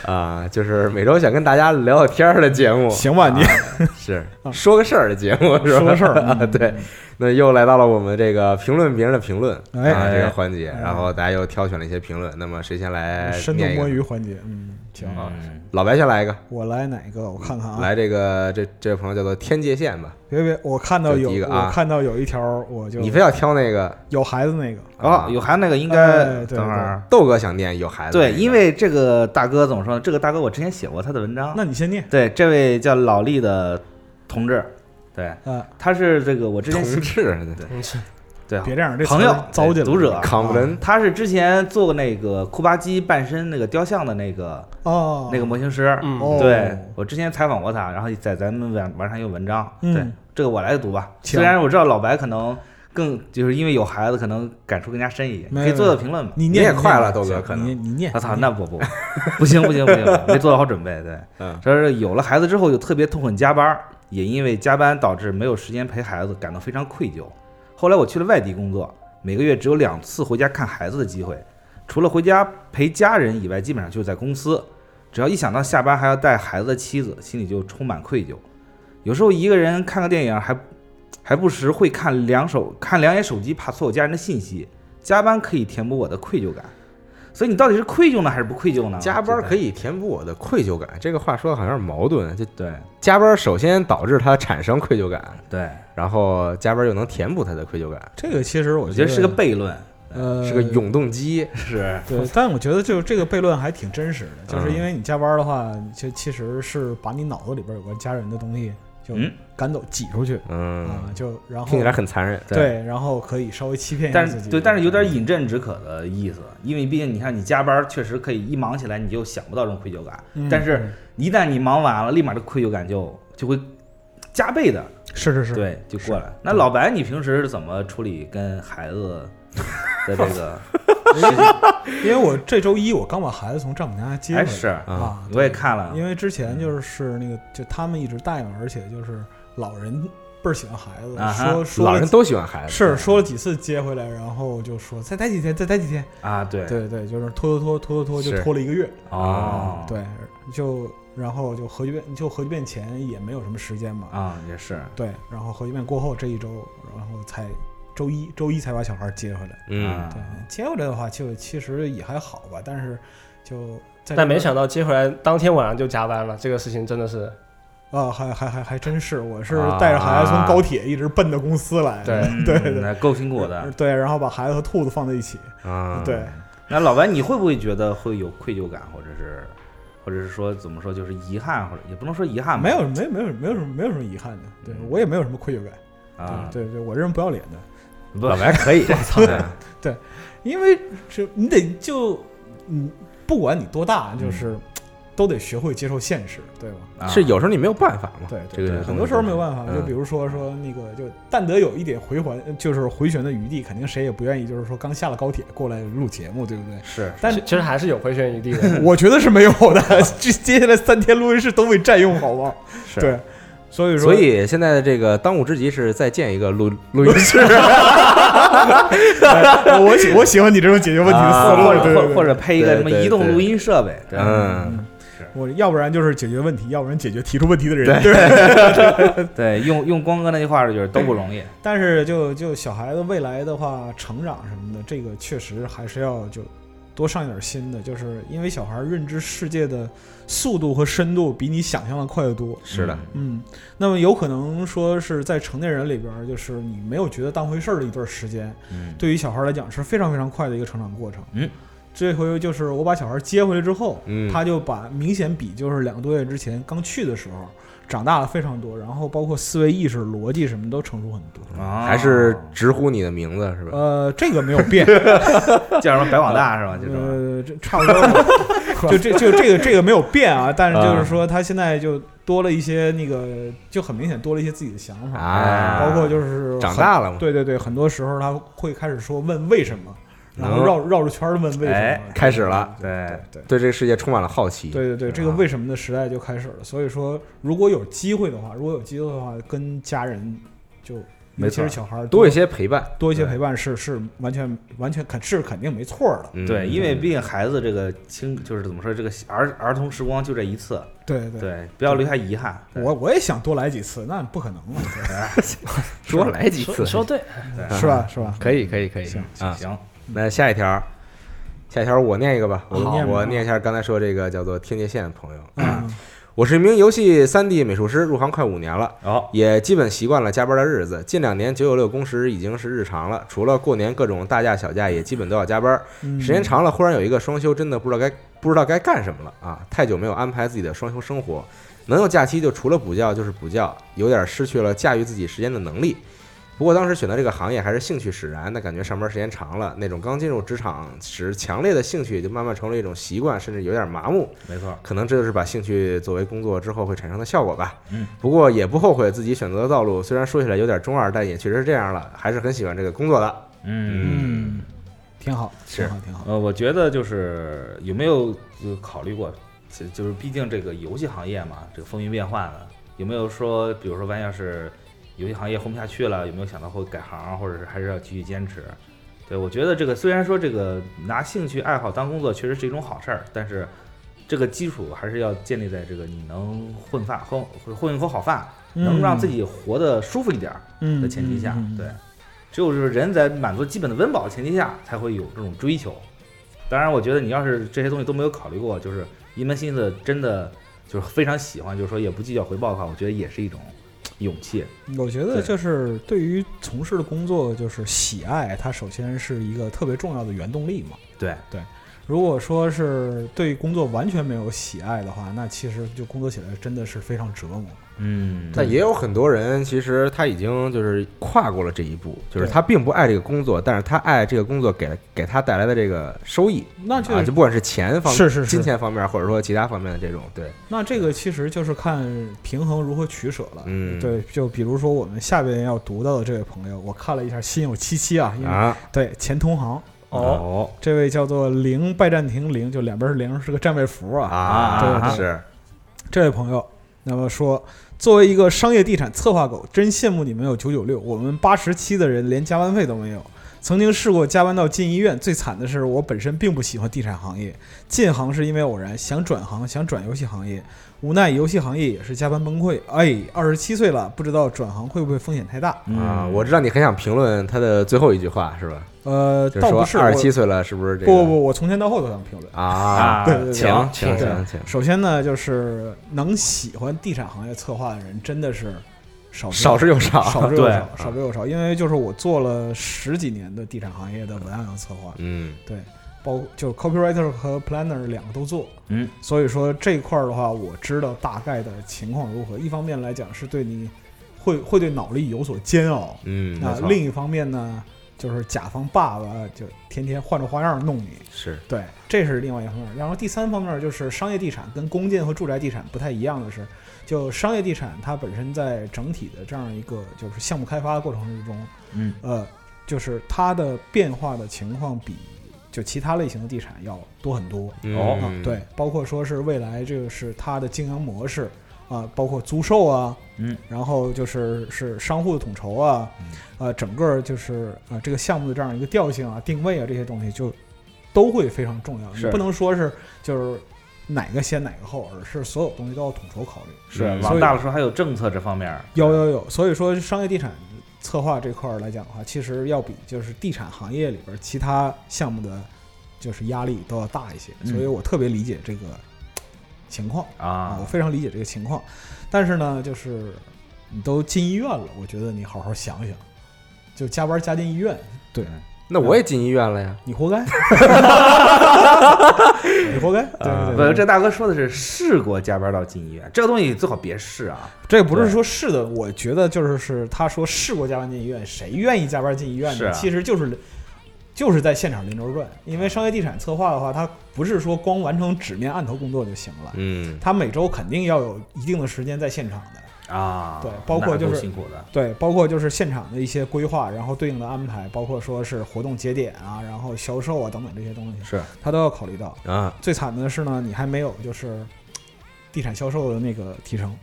A: 啊，就是每周想跟大家聊聊天儿的节目，
C: 行吧
A: [laughs]
C: 你
A: 啊是说个事儿的节目，是吧？
C: 说个事儿
A: [laughs]
C: 嗯
A: 对。那又来到了我们这个评论别人的评论
C: 哎
A: 啊这个
D: 哎
A: 环节，
C: 哎
A: 然后大家又挑选了一些评论，那么谁先来
C: 深度
A: 哎念一
C: 摸
A: 个？啊
C: 鱼环节。嗯，行，
D: 嗯
A: 老白先来一个，
C: 我来哪个？我看看啊。
A: 来这个这这位朋友叫做天界线吧，
C: 别别，我看到
A: 就
C: 有
A: 第一个啊
C: 我看到有一条，我就
A: 你非要挑那个
C: 有孩子那个，
D: 哦，有还有那个应该
C: 啊哎对
D: 等会儿，
A: 豆哥想念有孩子那
D: 对，
A: 个，
D: 因为这个大哥怎么说呢？这个大哥我之前写过他的文章，
C: 那你先念
D: 对，这位叫老力的同志，对，
C: 啊，
D: 他是这个我之前写
A: 同志
D: 对
B: 嗯是
D: 对
C: 别这样，这
D: 朋友
C: 词儿糟践了
D: 读者
A: 康布伦
D: 他是之前做过那个库巴基半身那个雕像的那个
C: 哦，
D: 那个模型师，
B: 嗯
C: 哦
D: 对我之前采访过他，然后在咱们网网上有文章，
C: 嗯
D: 对这个我来读吧。
C: 请
D: 虽然我知道老白可能更就是因为有孩子，可能感触更加深一点，
C: 没
D: 可以做做评论嘛。
C: 你
A: 你
C: 念
A: 也
C: 你
A: 快
C: 念
A: 了，豆哥可
C: 你
A: 能
C: 你念，
D: 我操，
C: 你
D: 那不不不行不行不行，没做好准备。对，
A: 嗯
D: 他说有了孩子之后就特别痛恨加班，也因为加班导致没有时间陪孩子，感到非常愧疚。后来我去了外地工作，每个月只有两次回家看孩子的机会，除了回家陪家人以外，基本上就是在公司。只要一想到下班还要带孩子的妻子，心里就充满愧疚。有时候一个人看个电影还还不时会看两手看两眼手机，怕错过家人的信息。加班可以填补我的愧疚感，所以你到底是愧疚呢，还是不愧疚
C: 啊
D: 呢？
A: 加班可
D: 以
A: 以填补我的愧疚感，这个话说的好像有点矛盾。啊就
D: 对
A: 加班首先导致他产生愧疚感，
D: 对，
A: 然后加班又能填补他的愧疚感，
C: 这个其实我
D: 我觉得是个
A: [laughs]
D: 悖论，
C: 呃
A: 是个永动机。
D: 是
C: 对，但我觉得就这个悖论还挺真实的，就是
A: 嗯
C: 因为你加班的话，就其实是把你脑子里边有关家人的东西就
D: 嗯
C: 赶走、挤出去啊
A: 嗯，，
C: 就然后
A: 听起来很残忍。
C: 对，然后可以稍微欺骗一下
D: 但
C: 哎自己，
D: 是对，但是有点饮鸩止渴的意思，因为毕竟你看你加班确实可以一忙起来你就想不到这种愧疚感，
C: 嗯
D: 但是一旦你忙完了，立马这愧疚感就就会加倍的，
C: 是是是，
D: 对，就过来。那老白，你平时是怎么处理跟孩子的
C: [laughs]
D: 这个
C: 因为我这周一我刚把孩子从丈母家接回
D: 哎
C: 来
D: 是
A: 啊，
C: 啊，
D: 我也看了
C: 因，为之前就是那个就他们一直带嘛，而且就是老人倍儿喜欢孩子，
D: 啊哈
C: 说说
A: 老
C: 了
A: 人都喜欢孩子，
C: 是说了几次接回来，然后就说再待几天，再待几天。
D: 啊，对，
C: 对对，就是拖拖拖拖拖拖，就是拖了一个月。
D: 哦，
C: 对，就然后就核聚变，就核聚变前也没有什么时间嘛。
D: 啊，也是，
C: 对，然后核聚变过后这一周，然后才周一周一才把小孩接回来。
A: 嗯，
D: 啊
C: 对，接回来的话就其实也还好吧，但是就在
B: 但没想到接回来当天晚上就加班了，这个事情真的是
C: 啊，还还还还真是，我是带着孩子从高铁一直奔到公司来。
B: 对
C: [laughs]
D: 嗯
C: 对对
D: 那够辛苦
C: [laughs]
D: 的。
C: 对，然后把孩子和兔子放在一起。
A: 啊，
C: 对，
D: 那老白，你会不会觉得会有愧疚感，或者是，或者是说怎么说，就是遗憾，或者也不能说遗憾吧，
C: 没有没有没有没有什么没有什么遗憾的，对我也没有什么愧疚感。
D: 啊，
C: 对对，我这人不要脸的，
D: 不
A: 老白可以，嗯
D: 对
C: 因为这你得就嗯，不管你多大，就是、都得学会接受现实，对吧？
D: 啊
A: 是有时候你没有办法嘛。
C: 对
A: 这
C: 对
A: 个
C: 对，很多时候没有办法。
A: 嗯
C: 就比如说说那个，就但得有一点回环，就是回旋的余地，肯定谁也不愿意，就是说刚下了高铁过来录节目，对不对？
D: 是
C: 但
B: 其其实还是有回旋余地
C: [laughs]
B: 的。
C: 我觉得是没有的， [laughs] 这接下来三天录音室都被占用，好吗？
D: 是
C: 对，所以说，
A: 所以现在的这个当务之急是再建一个录录音室，
C: 哎 [laughs] 我喜我喜欢你这种解决问题的思
A: 啊
C: 路
D: 或，
C: 对对
D: 者或
C: 对
D: 或者配一个什么
A: 对对
D: 移动
A: 对
D: 录音设备，
C: [laughs]
D: 对
A: 嗯，
C: 我要不然就是解决问题，要不然解决提出问题的人，对
D: 对，用用光哥那句话就是都不容易，
C: [laughs] 但是就就小孩子未来的话，成长什么的，这个确实还是要就多上一点心的，就是因为小孩认知世界的速度和深度比你想象的快得多。
A: [laughs] 是的，
C: 嗯，那么有可能说是在成年人里边儿，就是你没有觉得当回事儿的一段时间，
D: 嗯，
C: 对于小孩来讲是非常非常快的一个成长过程。
D: 嗯，
C: 这回就是我把小孩接回来之后，
A: 嗯，
C: 他就把明显比就是两个多月之前刚去的时候长大了非常多，然后包括思维意识、逻辑什么都成熟很多。
D: 啊
A: 还是直呼你的名字是吧？
C: 呃，这个没有变，
D: [laughs] 叫什么白网大是吧？这
A: 啊 [laughs]
D: 种
C: 呃，这差不多吧， [laughs] 就这就这个这个没有变啊，但是就是说他现在就多了一些那个，就很明显多了一些自己的想法，
A: 啊，
C: 包括就是
A: 长
C: 很，
A: 大了嘛，
C: [laughs] 对对对，很多时候他会开始说问为什么，然后绕绕着圈儿问为什
D: 哎
C: 么，哎
A: 开始了，
D: 对，
C: 对。
A: 对这个世界充满了好奇。
C: 对对对，
A: 是
C: 这个
A: 吧
C: 为什么的时代就开始了。所以说，如果有机会的话，如果有机会的话，跟家人就，尤
D: 没
C: 其
D: 错
C: 是小孩儿
A: 多
C: 多
A: 一些陪伴，
C: 多一些
D: 对
C: 陪伴是是完全完全肯是肯定没错儿的。
A: 嗯
D: 对，因为毕竟孩子这个青就是怎么说，这个儿儿童时光就这一次，
C: 对对，
D: 对，不要留下遗憾。对
C: 我我也想多来几次，那不可能了，
A: 多来几
B: 说
A: 次
B: 你，说对，
D: 对
C: 是吧？是吧？
A: [laughs] 啊可以可以可以
C: 行
A: 啊。
D: 行，
A: 那下一条，下一条我念一个吧，我
C: 好念吧
A: 我念一下刚才说这个叫做天界线的朋友，
C: 嗯，
A: 我是一名游戏三 D 美术师，入行快五年了。
D: 好，
A: 也基本习惯了加班的日子，近两年九九六工时已经是日常了，除了过年各种大假小假，也基本都要加班。
C: 嗯
A: 时间长了，忽然有一个双休，真的不知道该不知道该干什么了啊！太久没有安排自己的双休生活，能有假期就除了补觉就是补觉，有点失去了驾驭自己时间的能力。不过当时选择这个行业还是兴趣使然，那感觉上班时间长了，那种刚进入职场时强烈的兴趣也就慢慢成了一种习惯，甚至有点麻木。
D: 没错，
A: 可能这就是把兴趣作为工作之后会产生的效果吧。
D: 嗯，
A: 不过也不后悔自己选择的道路，虽然说起来有点中二，但也确实是这样了，还是很喜欢这个工作的。
C: 嗯，挺好，
D: 是
C: 挺好，挺好。
D: 呃，我觉得就是有没有就考虑过，就就是毕竟这个游戏行业嘛，这个风云变幻的，有没有说，比如说万一要是游戏行业混不下去了，有没有想到会改行，啊或者是还是要继续坚持？对，我觉得这个虽然说这个拿兴趣爱好当工作确实是一种好事儿，但是这个基础还是要建立在这个你能混饭混混一口好饭，能让自己活得舒服一点儿的前提下
C: 嗯嗯嗯，
D: 对，只有就是人在满足基本的温饱的前提下，才会有这种追求。当然，我觉得你要是这些东西都没有考虑过，就是一门心思真的就是非常喜欢，就是说也不计较回报的话，我觉得也是一种勇气。
C: 嗯我觉得
D: 对
C: 就是对于从事的工作，就是喜爱，它首先是一个特别重要的原动力嘛。
D: 对，
C: 如果说是对工作完全没有喜爱的话，那其实就工作起来真的是非常折磨。
D: 嗯，
A: 但也有很多人，其实他已经就是跨过了这一步，就是
C: 对
A: 他并不爱这个工作，但是他爱这个工作给了给他带来的这个收益
C: 那就、
A: 啊，就不管是钱方
C: 是是是
A: 金钱方面，或者说其他方面的这种，对，
C: 那这个其实就是看平衡如何取舍了。
A: 嗯，
C: 对，就比如说我们下边要读到的这位朋友，我看了一下，心有戚戚啊，因为、
A: 啊，
C: 对前同行，
D: 嗯
B: 哦，
C: 这位叫做零拜占庭零，就两边是零，是个占位符啊。
A: 啊，
C: 对
A: 是，
C: 这位朋友，那么说，作为一个商业地产策划狗，真羡慕你们有九九六，我们八十七的人连加班费都没有。曾经试过加班到进医院，最惨的是我本身并不喜欢地产行业，进行是因为偶然，想转行想转游戏行业，无奈游戏行业也是加班崩溃。哎，二十七岁了，不知道转行会不会风险太大？
D: 嗯
A: 啊，我知道你很想评论他的最后一句话是吧？
C: 呃，
A: 就
C: 倒不
A: 说
C: 是，
A: 二十
C: 我
A: 七岁了，是不是这个？
C: 不不不，我从前到后都想评论。
A: 啊，
C: 对对对
A: 请请
C: 对
A: 请请，
C: 首先呢，就是能喜欢地产行业策划的人真的是少之
A: 少之又少，
C: 少之又
D: 对
C: 少，少之又少。因为就是我做了十几年的地产行业的文案和策划，
A: 嗯，
C: 对，包就是 copywriter 和 planner 两个都做，
D: 嗯，
C: 所以说这一块儿的话，我知道大概的情况如何。一方面来讲是对你会会对脑力有所煎熬，
A: 嗯，
C: 那
A: 没错
C: 啊另一方面呢，就是甲方爸爸就天天换着花样弄你，
A: 是
C: 对，这是另外一方面儿。然后第三方面儿就是商业地产跟公建和住宅地产不太一样的是，就商业地产它本身在整体的这样一个就是项目开发过程之中，
D: 嗯，
C: 呃，就是它的变化的情况比就其他类型的地产要多很多。
D: 哦
C: 啊，对，，包括说是未来这个是它的经营模式啊，包括租售啊，
D: 嗯，
C: 然后就是是商户的统筹啊
D: 嗯，
C: 呃，整个就是啊这个项目的这样一个调性啊、定位啊这些东西就都会非常重要，你
D: 是
C: 不能说是就是哪个先哪个后，而是所有东西都要统筹考虑。
D: 是
A: 嗯
D: 往大了说还有政策这方面儿，
C: 有有有，所以说商业地产策划这块儿来讲的话，其实要比就是地产行业里边儿其他项目的，就是压力都要大一些，
D: 嗯
C: 所以我特别理解这个情况啊，我
D: 啊，
C: 非常理解这个情况。但是呢，就是你都进医院了，我觉得你好好想想，就加班加进医院，对
A: 那我也进医院了呀，
C: 你活该， [laughs]
D: [laughs]
C: 你活该，对对
D: 啊不
C: 对，，
D: 这大哥说的是试过加班到进医院，这个东西最好别试啊。
C: 这不是说是的，我觉得就是是他说试过加班进医院，谁愿意加班进医院
D: 是
C: 呢？
D: 啊
C: 其实就是就是在现场临轴转，因为商业地产策划的话，它不是说光完成纸面案头工作就行了，
A: 嗯，
C: 它每周肯定要有一定的时间在现场的。
D: 啊，
C: 对包括
D: 那
C: 就
D: 够
C: 是
D: 辛苦的，
C: 对，包括就是现场的一些规划，然后对应的安排，包括说是活动节点啊，然后销售啊等等这些东西，
D: 是
C: 他都要考虑到。
A: 啊
C: 最惨的是呢，你还没有就是地产销售的那个提成。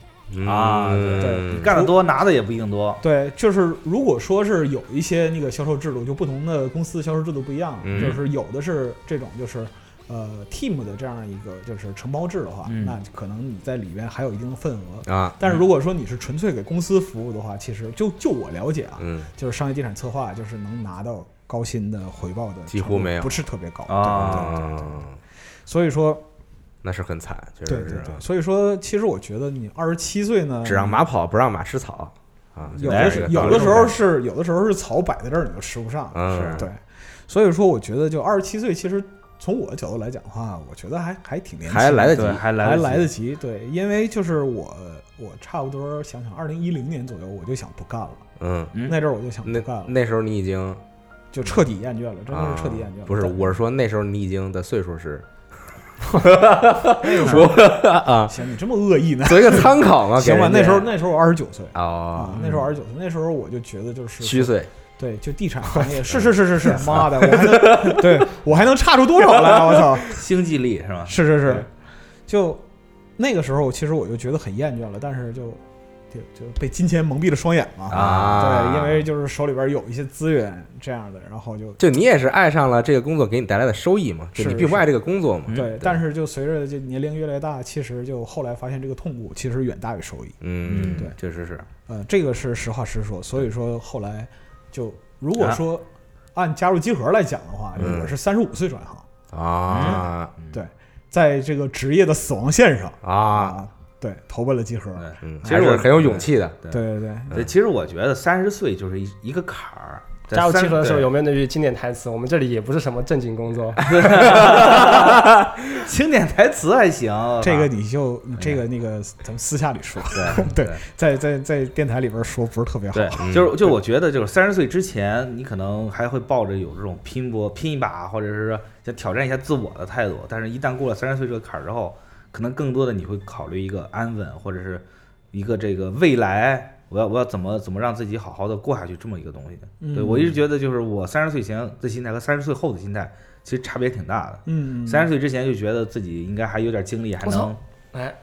D: 啊，
A: 嗯
D: 对，你干得多拿的也不一定多，
C: 对，就是如果说是有一些那个销售制度，就不同的公司的销售制度不一样，
A: 嗯
C: 就是有的是这种就是呃 team 的这样一个就是承包制的话，
D: 嗯
C: 那可能你在里边还有一定的份额。
A: 啊，
C: 但是如果说你是纯粹给公司服务的话，其实就就我了解啊，
A: 嗯，
C: 就是商业地产策划就是能拿到高薪的回报的程度，
A: 几乎没有
C: 不是特别高
D: 啊
C: 对对对对对所以说，
A: 那是很惨，确
C: 对
A: 实是
C: 对
A: 啊，
C: 对，所以说，其实我觉得你二十七岁呢，
A: 只让马跑，不让马吃草啊，就
C: 有
A: 这
C: 的
A: 个
C: 时
A: 道
C: 有
A: 理
C: 的时候是有的时候是草摆在这儿你就吃不上，
A: 嗯
C: 对，所以说我觉得就二十七岁，其实从我的角度来讲的话，我觉得还还挺年轻的，
A: 还来得及
D: 对，还来
C: 还来
D: 得
C: 得
D: 及
C: 及，对，因为就是我我差不多想想，二零一零年左右我就想不干了，
A: 嗯，
D: 嗯
C: 那阵儿我就想不
A: 那
C: 干了，
A: 那时候你已经
C: 就彻底厌倦了，真的
A: 啊
C: 是彻底厌倦了。
A: 不是，
C: 但
A: 我是说那时候你已经的岁数是
C: 行，你这么恶意呢？
A: 做一个参考嘛，
C: 行吧，
A: 啊给人家
C: 那时候那时候我二十九岁啊
A: 哦，，
C: 那时候二十九岁，那时候我就觉得就是
A: 虚岁，
C: 对，
A: [laughs]
C: 就地产行业是是是是是，妈的，我还能 [laughs] 对我还能差出多少来啊？我操！
D: [laughs] 星际力是吧？
C: 是是
D: 对
C: 是，就那个时候，其实我就觉得很厌倦了，但是就就就被金钱蒙蔽了双眼嘛。
A: 啊
C: 对，因为就是手里边有一些资源这样的，然后就
A: 就你也是爱上了这个工作给你带来的收益嘛？就是你并不
C: 是
A: 爱这个工作嘛？
D: 嗯
C: 对，但是就随着这年龄越来越大，其实就后来发现这个痛苦其实远大于收益。
A: 嗯
D: 嗯，
C: 对
D: 确实是，
C: 呃，这个是实话实说，所以说后来就如果说按加入集合来讲的话，
A: 嗯
C: 我是三十五岁转行，嗯
A: 啊
C: 在这个职业的死亡线上
A: 啊，，
C: 对，投奔了集合。
D: 对
A: 嗯，
D: 其
A: 还
D: 实
A: 是
D: 我
A: 很有勇
C: [laughs]
A: 气的。
C: 对对对，
D: 对，其实我觉得三十岁就是一一个坎儿。在
B: 加入
D: 三
B: 集合的时候
D: [laughs] 对
B: 有没有那句经典台词？我们这里也不是什么正经工
D: [laughs]
B: 作，
D: 经典台词还行，
C: 这个你就你这个那个咱们私下里说，
D: 对
C: 在在在电台里边说不是特别好。
A: 嗯
D: 对，就是就我觉得就是三十岁之前，你可能还会抱着有这种拼搏、拼一把，或者是说想挑战一下自我的态度，但是一旦过了三十岁这个坎儿之后，可能更多的你会考虑一个安稳，或者是一个这个未来。我要我要怎么怎么让自己好好的过下去这么一个东西？
C: 嗯
D: 对我一直觉得就是我三十岁前的心态和三十岁后的心态其实差别挺大的。
C: 嗯，
D: 三十岁之前就觉得自己应该还有点精力，还
B: 我操
D: 能，
B: 哎，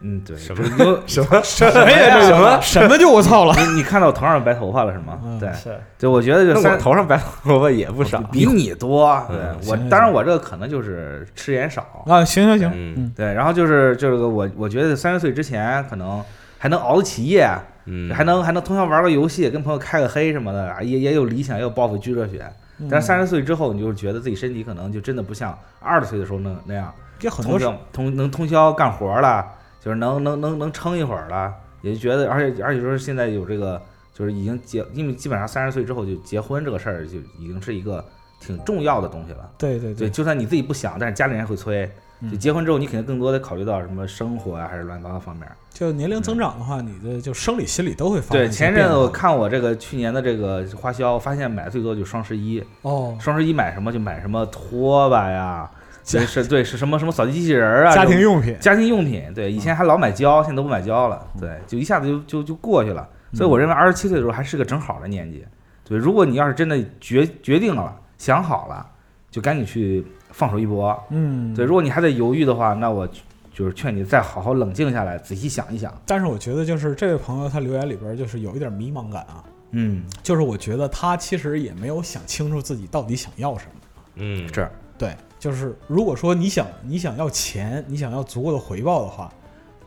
D: 嗯，对，
A: 什
D: 么什么什么
C: 什
D: 什
C: 么？什么就我操了？
D: [laughs] 你你看到我头上有白头发了是吗
C: 嗯？
D: 对，
B: 是
D: 对，我觉得
A: 那
C: [laughs]
D: 就
A: 我
D: 三
A: 头上白头发也不少，
D: 比你多。对
A: 嗯
D: 我
C: 行，
D: 当然我这个可能就是吃盐少。
C: 啊，行行行，
A: 嗯
C: 嗯，
D: 对，然后就是这个我我觉得三十岁之前可能还能熬得起夜，
A: 嗯，
D: 还能还能通宵玩个游戏，跟朋友开个黑什么的，啊也也有理想，也有抱负，撅着血。但是三
C: 十
D: 十岁之后，你就觉得自己身体可能就真的不像二十岁的时候那那样，
C: 也很
D: 通
C: 多
D: 宵通能通宵干活了，就是能能能能撑一会儿了，也就觉得，而且而且说现在有这个，就是已经结，因为基本上三十岁之后就结婚这个事儿就已经是一个挺重要的东西了。
C: 对对
D: 对，就算你自己不想，但是家里人会催。就
C: 嗯
D: 结婚之后，你肯定更多的考虑到什么生活啊，还是乱七八糟方面。
C: 就年龄增长的话，你的就生理心理都会发生
D: 对，
C: 一些
D: 前
C: 变
D: 阵
C: 化
D: 子我看我这个去年的这个花销，发现买最多就双十一，
C: 哦，
D: 双十一买什么就买什么拖把呀，
C: [laughs] 家
D: 对是对是什么什么扫地机器人儿啊，
C: 家
D: 这种
C: 庭用品，嗯
D: 家庭用品，对，以前还老买胶，现在都不买胶了，对，就一下子就就就过去了。所以
C: 嗯
D: 我认为二十七岁的时候还是个正好的年纪，对，如果你要是真的决决定了，想好了，就赶紧去放手一搏。
C: 嗯，
D: 对，如果你还在犹豫的话，那我就是劝你再好好冷静下来，仔细想一想。
C: 但是我觉得就是这位朋友他留言里边就是有一点迷茫感啊，
D: 嗯，
C: 就是我觉得他其实也没有想清楚自己到底想要什么。
A: 嗯
D: 是
C: 对，就是如果说你想你想要钱，你想要足够的回报的话，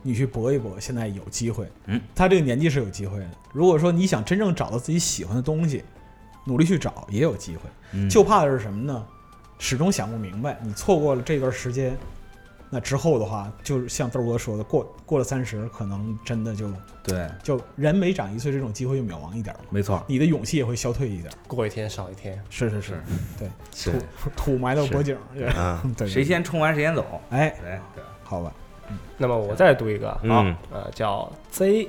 C: 你去搏一搏，现在有机会。
D: 嗯，
C: 他这个年纪是有机会的。如果说你想真正找到自己喜欢的东西，努力去找也有机会。
D: 嗯
C: 就怕的是什么呢？始终想不明白，你错过了这段时间，那之后的话，就是像豆哥说的，过过了三十，可能真的就
D: 对，
C: 就人每长一岁，这种机会就渺茫一点儿嘛，
D: 没错，
C: 你的勇气也会消退一点儿。
B: 过一天少一天，
C: 是是
D: 是，
C: 对，
A: 是
C: 土土埋到脖颈儿，对
A: 啊，
C: [laughs] 对，
D: 谁先冲完谁先走。
C: 哎，
D: 对对，
C: 好吧，
B: 那么我再读一个啊，
A: 嗯
B: 呃，叫 Z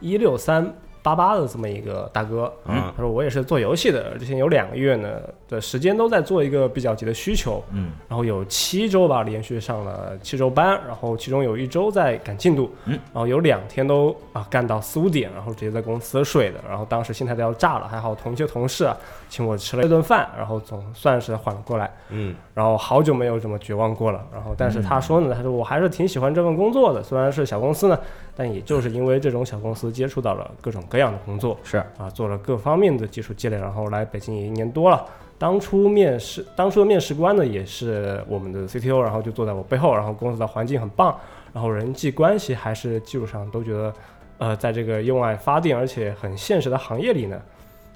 B: 一六三八八的这么一个大哥，
A: 啊
B: 他说我也是做游戏的，之前有两个月呢的时间都在做一个比较级的需求，
D: 嗯
B: 然后有七周吧，连续上了七周班，然后其中有一周在赶进度，
D: 嗯
B: 然后有两天都啊干到四五点，然后直接在公司睡的，然后当时心态都要炸了，还好同届同事啊请我吃了一顿饭，然后总算是缓了过来。
A: 嗯
B: 然后好久没有这么绝望过了。然后，但是他说呢，他说我还是挺喜欢这份工作的，虽然是小公司呢，但也就是因为这种小公司接触到了各种各样的工作，
D: 是
B: 啊，做了各方面的技术积累，然后来北京也一年多了。当初面试，当初的面试官呢也是我们的 CTO，然后就坐在我背后，然后公司的环境很棒，然后人际关系还是技术上都觉得，呃，在这个用爱发电而且很现实的行业里呢，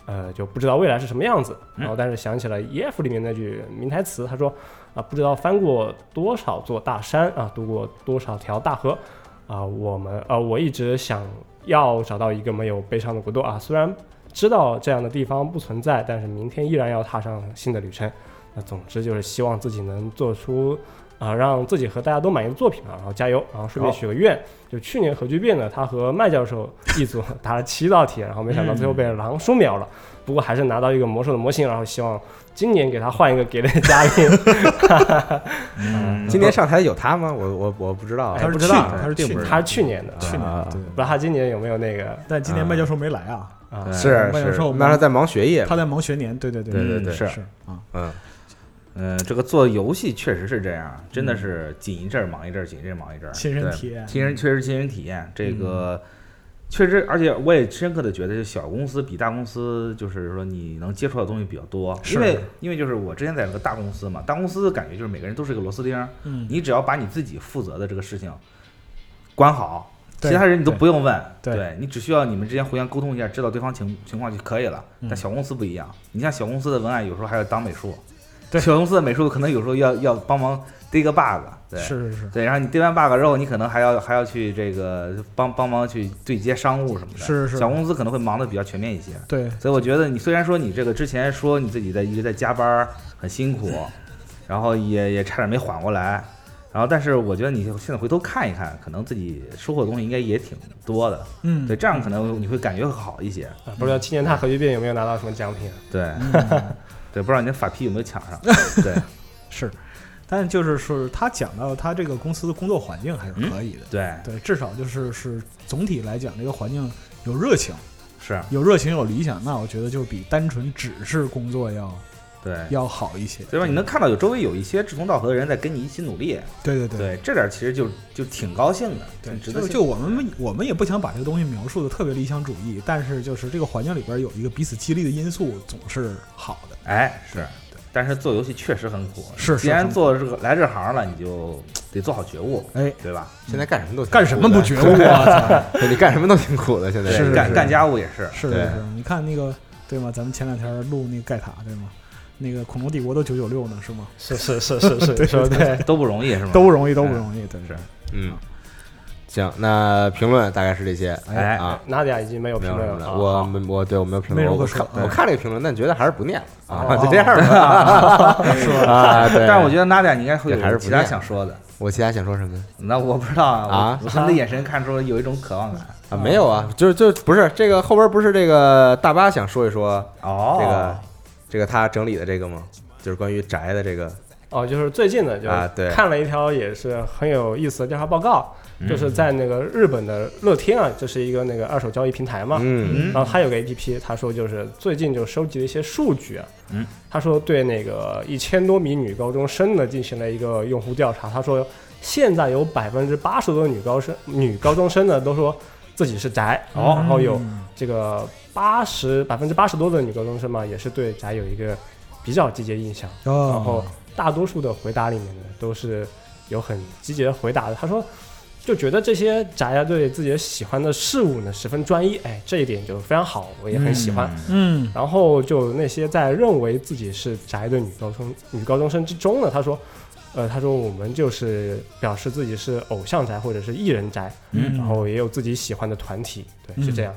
B: 呃，就不知道未来是什么样子。然后但是想起了 EF 里面那句名台词，他说啊，不知道翻过多少座大山啊，渡过多少条大河啊，我们呃，我一直想要找到一个没有悲伤的国度啊，虽然知道这样的地方不存在，但是明天依然要踏上新的旅程。那总之就是希望自己能做出啊、让自己和大家都满意的作品啊，然后加油，然后顺便
D: 好
B: 许个愿。就去年核聚变呢，他和麦教授一组 [laughs] 答了七道题，然后没想到最后被狼叔秒了。不过还是拿到一个魔兽的模型，然后希望今年给他换一个给了嘉
A: [laughs]
B: 宾。
D: 嗯
A: 今年上台有他吗？我我我不知道，
B: 哎
C: 他是
B: 不知
C: 去
B: 道
C: 年他是
A: 定
C: 去
A: 不
C: 年
A: 是
B: 他是去年的，
C: 去年
A: 啊
C: 对。
B: 不知道他今年有没有那个
C: 但今年麦教授没来啊，
B: 啊
A: 哎
D: 对？
A: 是
C: 麦教
A: 是
C: 授，
A: 那他在忙学业，
C: 他在忙学年，对对对
A: 对对对
C: 是
D: 是
C: 是啊，
A: 嗯
D: 嗯，这个做游戏确实是这样，真的是紧一阵儿忙一阵儿，紧一阵儿忙一阵儿。
C: 嗯亲身
D: 对
C: 体验嗯
D: 亲身确实亲身体验。这个确实，而且我也深刻的觉得，就小公司比大公司，就是说你能接触的东西比较多。
C: 是
D: 因为因为就是我之前在那个大公司嘛，大公司感觉就是每个人都是个螺丝钉儿，
C: 嗯，
D: 你只要把你自己负责的这个事情管好，其
C: 对
D: 他人你都不用问，
C: 对
D: 你只需要你们之间互相沟通一下，知道对方情情况就可以了。
C: 嗯
D: 但小公司不一样，你像小公司的文案有时候还要当美术，
C: 对
D: 小公司的美术可能有时候要要帮忙逮个 bug，对，
C: 是是是
D: 对，然后你对完 bug 之后，你可能还要还要去这个帮帮忙去对接商务什么的。
C: 是是
D: 小公司可能会忙得比较全面一些。
C: 对
D: 所以我觉得你虽然说你这个之前说你自己在一直在加班儿，很辛
C: [laughs]
D: 苦，然后也也差点没缓过来，然后但是我觉得你现在回头看一看，可能自己收获的东西应该也挺多的。
C: 嗯
D: 对，这样可能你会感觉会好一些。
B: 啊不知道
A: 嗯
B: 青年大核聚变有没有拿到什么奖品啊？
D: 对，
C: 嗯 [laughs]
D: 对，不知道你的法批有没有抢上？对，
C: 是，但就是说他讲到他这个公司的工作环境还是可以的，
D: 对，
C: 对，至少就是是总体来讲这个环境有热情，
D: 是，
C: 有热情有理想，那我觉得就比单纯只是工作要
D: 对。
C: 要好一些，
D: 对吧？你能看到有周围有一些志同道合的人在跟你一起努力，
C: 对对对
D: 对，这点儿其实就就挺高兴的，
C: 对，
D: 挺值得
C: 就
D: 兴
C: 就我们我们也不想把这个东西描述的特别理想主义，但是就是这个环境里边有一个彼此激励的因素，总是好的。
D: 哎是，但是做游戏确实很苦，
C: 是是
D: 既然
C: 很苦
D: 做这个来这行了，你就得做好觉悟，
C: 哎，
D: 对吧？
A: 现在干什么都挺
C: 干什么不
A: 苦
C: 觉悟啊？
A: [laughs] 的，对你干什么都挺苦的。现在
D: 对
C: 是是
D: 干干家务也是，
C: 操是是
A: 对
C: 是，你看那个对吗？咱们前两天录那个盖塔对吗？那个恐龙帝国都九九六呢是吗？
B: 是是是是是，你说得 [laughs] 对，
D: 都不容易是吗？
C: 都不容易，都不容易，对
D: 是。
A: 嗯，行，那评论大概是这些
D: 哎
A: 啊。
B: 娜迪亚已经没有
A: 没
B: 评
A: 有
B: 论
A: 什么
B: 了
A: 的，
B: 啊。
A: 我
B: 好
A: 们我对我没有评
C: 没
A: 论，
C: 什么
A: 我
C: 可
A: 看我
C: 说的
A: 看了一个评论，但觉得还是不念了啊，
B: 哦
A: 就这样吧。
C: 哦 [laughs]
A: 啊，对，
D: 但是我觉得娜姐你应该会
A: 也还是
D: 有
A: 不
D: 其他
A: 念
D: 想说的，
A: 我其他想说什么呢
D: 那我不知道
A: 啊
D: 我我从你的眼神看出有一种渴望感。
C: 哦
A: 啊？没有啊，就就不是这个后边不是这个大巴想说一说
D: 哦
A: 这个这个他整理的这个吗？就是关于宅的这个
B: 哦，就是最近的，就
A: 啊对嗯
B: 是看了一条也是很有意思的调查报告，就是在那个日本的乐天啊，这是一个那个二手交易平台嘛，
A: 嗯
D: 嗯
B: 然后它有个 APP，它说就是最近就收集了一些数据啊，
D: 嗯，
B: 他说对那个一千多名女高中生呢进行了一个用户调查，他说现在有百分之八十多的女高生女高中生呢都说自己是宅，
D: 哦
B: 然后
C: 嗯
B: 有这个八十百分之八十多的女高中生嘛也是对宅有一个比较积极的印象，然后
C: 哦，
B: 大多数的回答里面呢，都是有很积极的回答的。他说，就觉得这些宅啊对自己的喜欢的事物呢十分专一，哎，这一点就非常好，我也很喜欢。
D: 嗯
C: 嗯，
B: 然后就那些在认为自己是宅的女高中女高中生之中呢，他说，呃，他说我们就是表示自己是偶像宅或者是艺人宅，
D: 嗯
B: 然后也有自己喜欢的团体，对，是这样。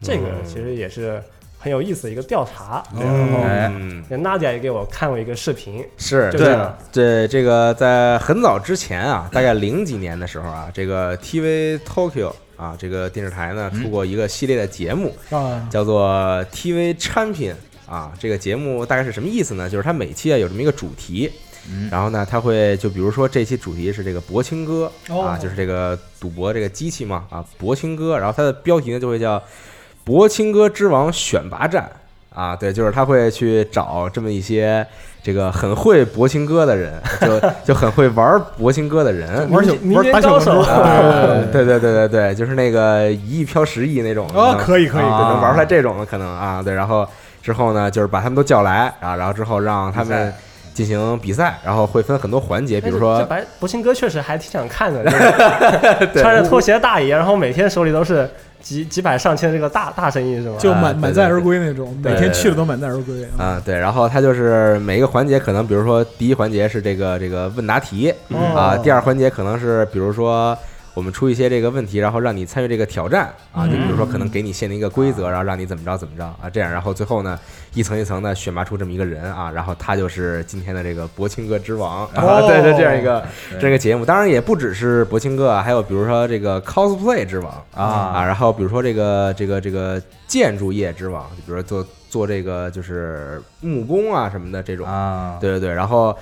B: 这
D: 哦
B: 个其实也是很有意思的一个调查。对然后
D: 哎
A: 嗯，
B: 那娜姐也给我看过一个视频，
A: 是
B: 哦就
A: 对
B: 这样
A: 对这个在很早之前啊，大概零几年的时候啊，这个 TV Tokyo 啊这个电视台
B: 嗯
A: 呢出过一个系列的节目，
C: 啊，
A: 叫做 TV 产品啊。这个节目大概是什么意思呢？就是它每期啊有这么一个主题，
D: 嗯
A: 然后呢，它会就比如说这期主题是这个博清哥啊
C: 哦，
A: 就是这个赌博这个机器嘛啊，博清哥。然后它的标题呢就会叫“博清哥之王选拔战”啊，对，就是他会去找这么一些。这个很会博清哥的人，就就很会玩博清哥的人，
C: [laughs] 玩小
B: 民
C: 玩
B: 间
C: 打
B: 高
C: 小
B: 手
C: 龙珠
A: 啊，对对对对对，就是那个一亿飘十亿那种
C: [laughs] 哦可以可以
A: 啊
D: 可以
A: 能玩出来这种的可能啊，对，然后之后呢，就是把他们都叫来啊，然后之后让他们进行比赛，然后会分很多环节，比如
B: 但是
A: 说
B: 这白博清哥确实还挺想看的，
A: [laughs]
B: 就是穿着拖鞋大爷，然后每天手里都是几几百上千这个大大生意是吗？
C: 就
A: 啊
C: 满
A: 对
C: 满
A: 对
C: 载
A: 对
C: 而归那种，每
A: 对
C: 天
A: 对
C: 去了都满载而归。
A: 啊，对，然后他就是每一个环节可能，比如说第一环节是这个这个问答题
C: 哦
A: 啊，第二环节可能是比如说。我们出一些这个问题，然后让你参与这个挑战啊，就比如说可能给你限定一个规则，然后让你怎么着怎么着啊，这样，然后最后呢，一层一层的选拔出这么一个人啊，然后他就是今天的这个博清哥之王啊，
C: 哦
A: 对对，这样一个
D: 对
A: 这个节目，当然也不只是博清哥啊，还有比如说这个 cosplay 之王啊，
D: 啊，
A: 然后比如说这个这个这个建筑业之王，就比如说做做这个就是木工啊什么的这种，
D: 啊，
A: 对对对，然后。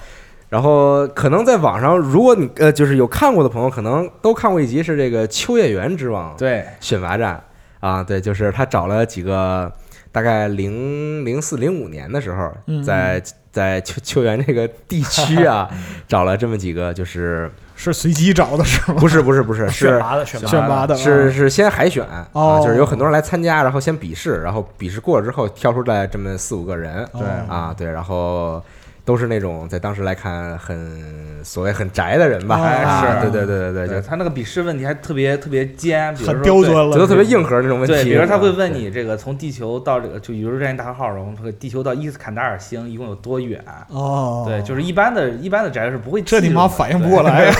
A: 然后可能在网上，如果你呃就是有看过的朋友，可能都看过一集是这个秋叶原之王
D: 对，
A: 选拔战啊，对，就是他找了几个大概零零四零五年的时候
C: 嗯，
A: 在在秋秋园这个地区啊，找了这么几个就是
C: 是随机找的是吗？
A: 不是不是不是
B: 选
A: 是
B: 拔的选拔
D: 选
B: 的，
C: 拔的，
A: 是是先海选啊，
C: 哦
A: 就是有很多人来参加，然后先笔试，然后笔试过了之后挑出来这么四五个人
C: 哦
D: 对
A: 啊，对，然后都是那种在当时来看很所谓很宅的人吧，
C: 哦
A: 啊
D: 是
A: 对对对对
D: 对，
A: 对，
D: 他那个笔试问题还特别特别尖，比如
C: 很
D: 说
C: 刁
D: 对
C: 钻了，
A: 就觉得特别硬核那种问
D: 对，
A: 题。
D: 比如他会
A: 啊
D: 问，你这个从地球到这个，就宇宙战舰大号，然后这个地球到伊斯坎达尔星一共有多远？啊
C: 哦，
D: 对，就是一般的一般的宅是不会记
C: 这你妈
D: 种的
C: 反应不过来啊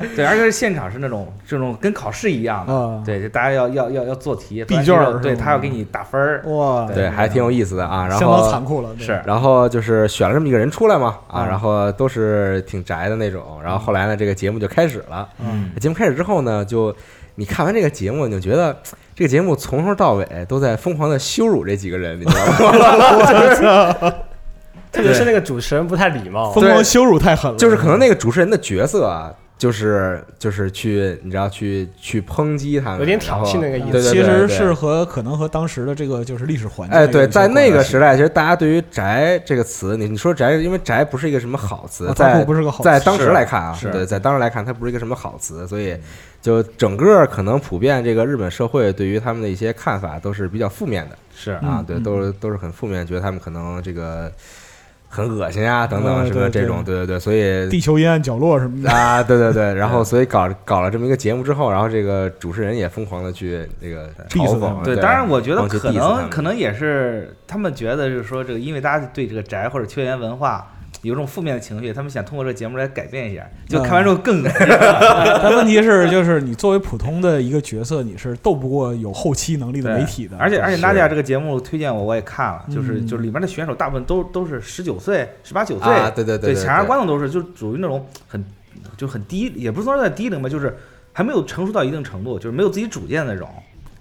D: [laughs] 对，对而且是现场是那种这种跟考试一样的，
C: 啊！
D: 对，就大家要要要要做题，
C: 闭卷儿
D: 做完题之后对
C: 是吗哦
D: 他要给你打分儿，
C: 哇，
A: 对，还挺有意思的啊。然
C: 相当残
A: 后
C: 酷了，对
D: 是
A: 然后就是选了这么一个人出来嘛啊，
D: 嗯
A: 然后都是挺宅的那种。然后后来呢，这个节目就开始了。
D: 嗯，
A: 节目开始之后呢，就你看完这个节目，你就觉得这个节目从头到尾都在疯狂的羞辱这几个人，你知道
B: [laughs]
A: 吗？
B: 特别是那个主持人不太礼貌，
C: 疯狂羞辱太狠了，
A: 就是可能那个主持人的角色啊，就是就是去你知道去去抨击他们，
B: 有点挑衅那
A: 然后
B: 个意
A: 对
B: 思。
A: 对
C: 其
A: 对
C: 实是和可能和当时的这个就是历史环境，
A: 哎，对，在那个
C: 时
A: 时代，其实大家对于“宅”这个词，你你说“宅”，因为“宅”不是一个什么好词，
C: 它
A: 在
C: 啊不是个好词，
A: 在当时
D: 是
A: 来看啊，
D: 是
A: 对，在当时来看，它不是一个什么好词，所以就整个可能普遍这个日本社会对于他们的一些看法都是比较负面的。
D: 是
A: 啊
C: 嗯，
A: 对，
C: 嗯
A: 都是都是很负面，觉得他们可能这个很恶心啊，等
C: 嗯
A: 等什么
C: 对
A: 这种，对对对，所以
C: 地球阴暗角落什
A: [laughs]
C: 么的，
A: 啊，对对对，然
D: 嗯
A: 后所以搞搞了这么一个节目之后，然后这个主持人也疯狂的去那个
C: diss
A: 嘲
C: 他
A: 讽，
C: 们
D: 对，当然我觉得
A: 忘记
D: 可
A: diss 他
D: 能
A: 们啊
D: 可能也是他们觉得就是说这个，因为大家对这个宅或者秋园文化。有一种负面的情绪，他们想通过这个节目来改变一下，
C: 嗯
D: 就看完之后更恶心了
C: 但问题是，就是你作为普通的一个角色，你是斗不过有后期能力的媒体的，
D: 而且而且，
A: 是
D: 娜姐这个节目推荐我，我也看了，就是
C: 嗯
D: 就是里面的选手大部分都都是十九岁、十八九岁，
A: 啊，对对
D: 对，
A: 对，
D: 前面观众都是就属于那种很就很低，也不是说在低龄吧，就是还没有成熟到一定程度，就是没有自己主见那种。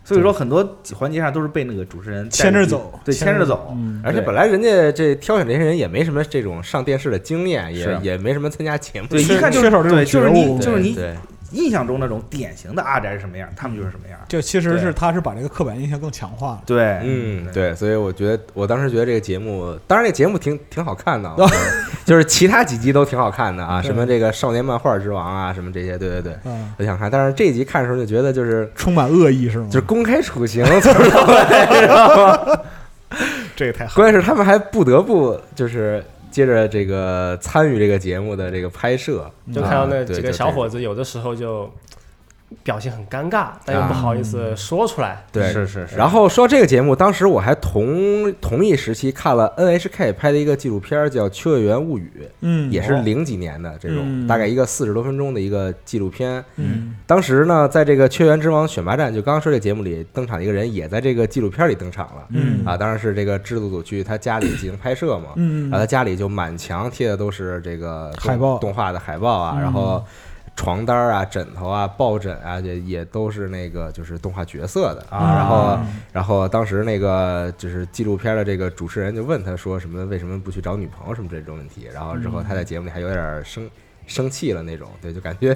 D: 所以说很多环节上都是被那个主持人带
C: 牵着
D: 去
C: 走，
D: 对，牵着走。
C: 嗯，
A: 而且
D: 对
A: 本来人家这挑选这些人也没什么这种上电视的经验，也
D: 是啊
A: 也没什么参加节目的
D: 对，
A: 经
D: 一
A: 验，
D: 看就
C: 缺
D: 是
C: 少这种
D: 对，就是
C: 觉
D: 你
C: 悟
D: 就是你哎
A: 对
D: 印象中那种典型的阿宅是什么样，他们就是什么样。
C: 就其实是他是把这个刻板印象更强化了。
D: 对，
A: 嗯，，对，所以我觉得我当时觉得这个节目，当然这个节目挺挺好看
D: [laughs]
A: 的啊，就是其他几集都挺好看的啊，什么这个少年漫画之王啊，什么这些，对对对，
C: 嗯，
A: 都想看。但是这一集看的时候就觉得就是
C: 充满恶意是吗？
A: 就是公开处刑，从头到尾知道吗？
C: [laughs] 这个太狠了，
A: [laughs] 关键是他们还不得不就是接着这个参与这个节目的这个拍摄，
B: 就
A: 啊
B: 看到那
A: 对
B: 几
A: 就
B: 个
A: 这
B: 小
A: 种
B: 伙子，有的时候就表现很尴尬，但又不好意
A: 啊
B: 思说出来。
A: 对，
D: 是是是。
A: 然后说这个节目，当时我还同同一时期看了 NHK 拍的一个纪录片儿，叫《秋叶原物语》。
C: 嗯，
A: 也是零几年的这种，
C: 嗯
A: 大概一个四十多分钟的一个纪录片。
C: 嗯
A: 当时呢，在这个《缺元之王》选拔战，就刚刚说这节目里登场的一个人，也在这个纪录片里登场了。
C: 嗯
A: 啊，当然是这个制作组去他家里进行拍摄嘛。
C: 嗯
A: 然后他家里就满墙贴的都是这个动
C: 海报
A: 动画的海报啊，
C: 嗯
A: 然后床单啊、枕头啊、抱枕啊，也也都是那个就是动画角色的
D: 啊
A: 然后
C: 嗯
A: 然后当时那个就是纪录片的这个主持人就问他说什么为什么不去找女朋友什么这种问题，然后之后他在节目里还有点生生气了那种，对，就感觉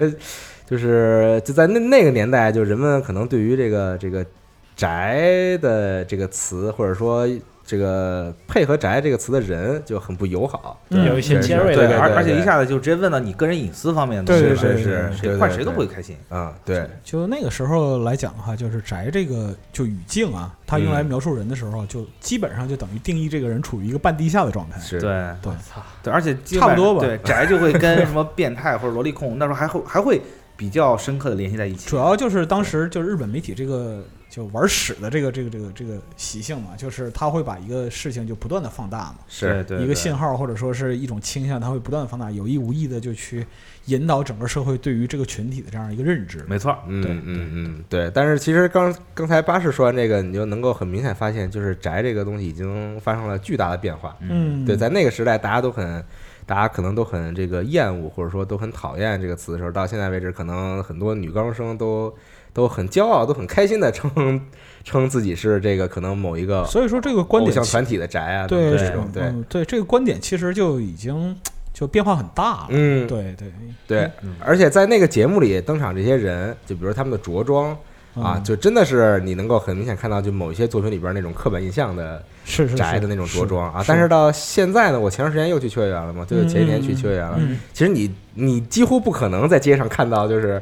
A: 就是就在那那个年代，就人们可能对于这个这个宅的这个词或者说。这个配合“宅”这个词的人就很不友好，
C: 嗯
B: 有一些
A: 对
B: 尖锐
A: 对
B: 的
A: 对
B: 感觉，
D: 而而且一下子就直接问到你个人隐私方面的东西
C: 对
D: 了，
C: 对
A: 对
C: 对
A: 对
D: 谁
A: 对
D: 换
A: 对
D: 谁都不
A: 对
D: 会开心。
A: 嗯，对，
C: 就那个时候来讲的话，就是宅这个就语境啊，它用来描述人的时候，就基本上就等于定义这个人处于一个半地下的状态。
A: 是，
D: 对
C: 对
B: 操
D: 对，而且基
C: 差不
D: 本
C: 多吧
D: 对，宅就会跟什么变态或者萝莉控那时候还会还会比较深刻的联系在一起。
C: 主要就是啊当时就是日本媒体这个就玩屎的这个这个这个这个习性嘛，就是他会把一个事情就不断的放大嘛，
D: 对
A: 是，
D: 对
C: 一个
D: 对
C: 信号或者说是一种倾向，他会不断的放大，有意无意的就去引导整个社会对于这个群体的这样一个认知。
D: 没错，
A: 嗯
D: 对
A: 嗯嗯，对。但是其实刚刚才巴士说完这个，你就能够很明显发现，就是宅这个东西已经发生了巨大的变化。
D: 嗯
C: 嗯，
A: 对，在那个时代，大家都很，大家可能都很这个厌恶，或者说都很讨厌这个词的时候，到现在为止，可能很多女高中生都都很骄傲，都很开心的称 [laughs] 称自己是这个可能某一个
C: 所以说这个观
A: 偶
C: 点
A: 像
C: 其
A: 团体的宅啊，
C: 对
A: 等等
D: 对
A: 这种对，
C: 嗯对这个观点其实就已经就变化很大了。
A: 嗯，
C: 对对，
A: 对
D: 嗯，
A: 而且在那个节目里登场这些人，就比如他们的着装，啊，
C: 嗯
A: 就真的是你能够很明显看到，就某一些作品里边那种刻板印象的
C: 是是
A: 宅的那种着装啊。但是到现在呢，我前段时间又去秋叶原了嘛，就是前几天去秋叶原了。
C: 嗯
A: 其实你你几乎不可能在街上看到就是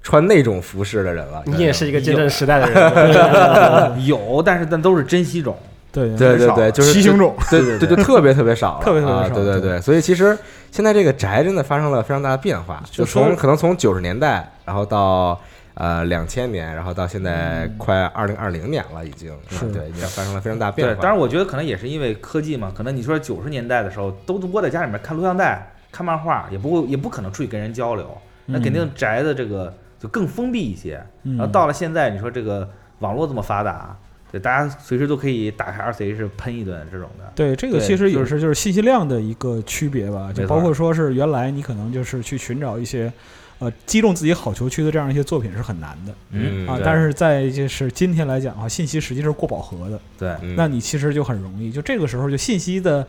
A: 穿那种服饰的人了。
B: 你也是
A: 啊
B: 一个见证时代
A: [laughs]
B: 的人，
D: [laughs]
B: 啊
D: 有，但是但都是珍稀种，
C: 对
A: 对
C: 嗯
A: 对
D: 很少
A: 对，
D: 了
A: 就是
C: 七星种，
A: 对对
C: [laughs]
A: 对，就特别特别少了，
C: 特别特别
A: 啊
C: 少
A: 对对对，所以其实现在这个宅真的发生了非常大的变化，
C: 就
A: 就
C: 说
A: 从可能从九十年代，然后到呃两千年，然后到现在快二零二零年了，已经啊
C: 嗯是
A: 对，已经发生了非常大的变
D: 对，
A: 化。
D: 当然我觉得可能也是因为科技嘛，可能你说九十年代的时候，都窝在家里面看录像带、看漫画，也不会也不可能出去跟人交流，那肯定宅的这个就更封闭一些。
C: 嗯
D: 然
A: 啊
D: 后到了现在，你说这个网络这么发达，对，大家随时都可以打开 RCH 喷一顿这种的。
C: 对，这个
D: 对
C: 其实也
D: 就是
C: 就是信息量的一个区别吧，就
D: 没
C: 包
D: 错
C: 括说是原来你可能就是去寻找一些，呃，击中自己好球区的这样一些作品是很难的
A: 嗯
C: 啊
D: 对，
C: 但是在就是今天来讲的话，信息实际是过饱和的，
D: 对，
A: 嗯
C: 那你其实就很容易，就这个时候就信息的，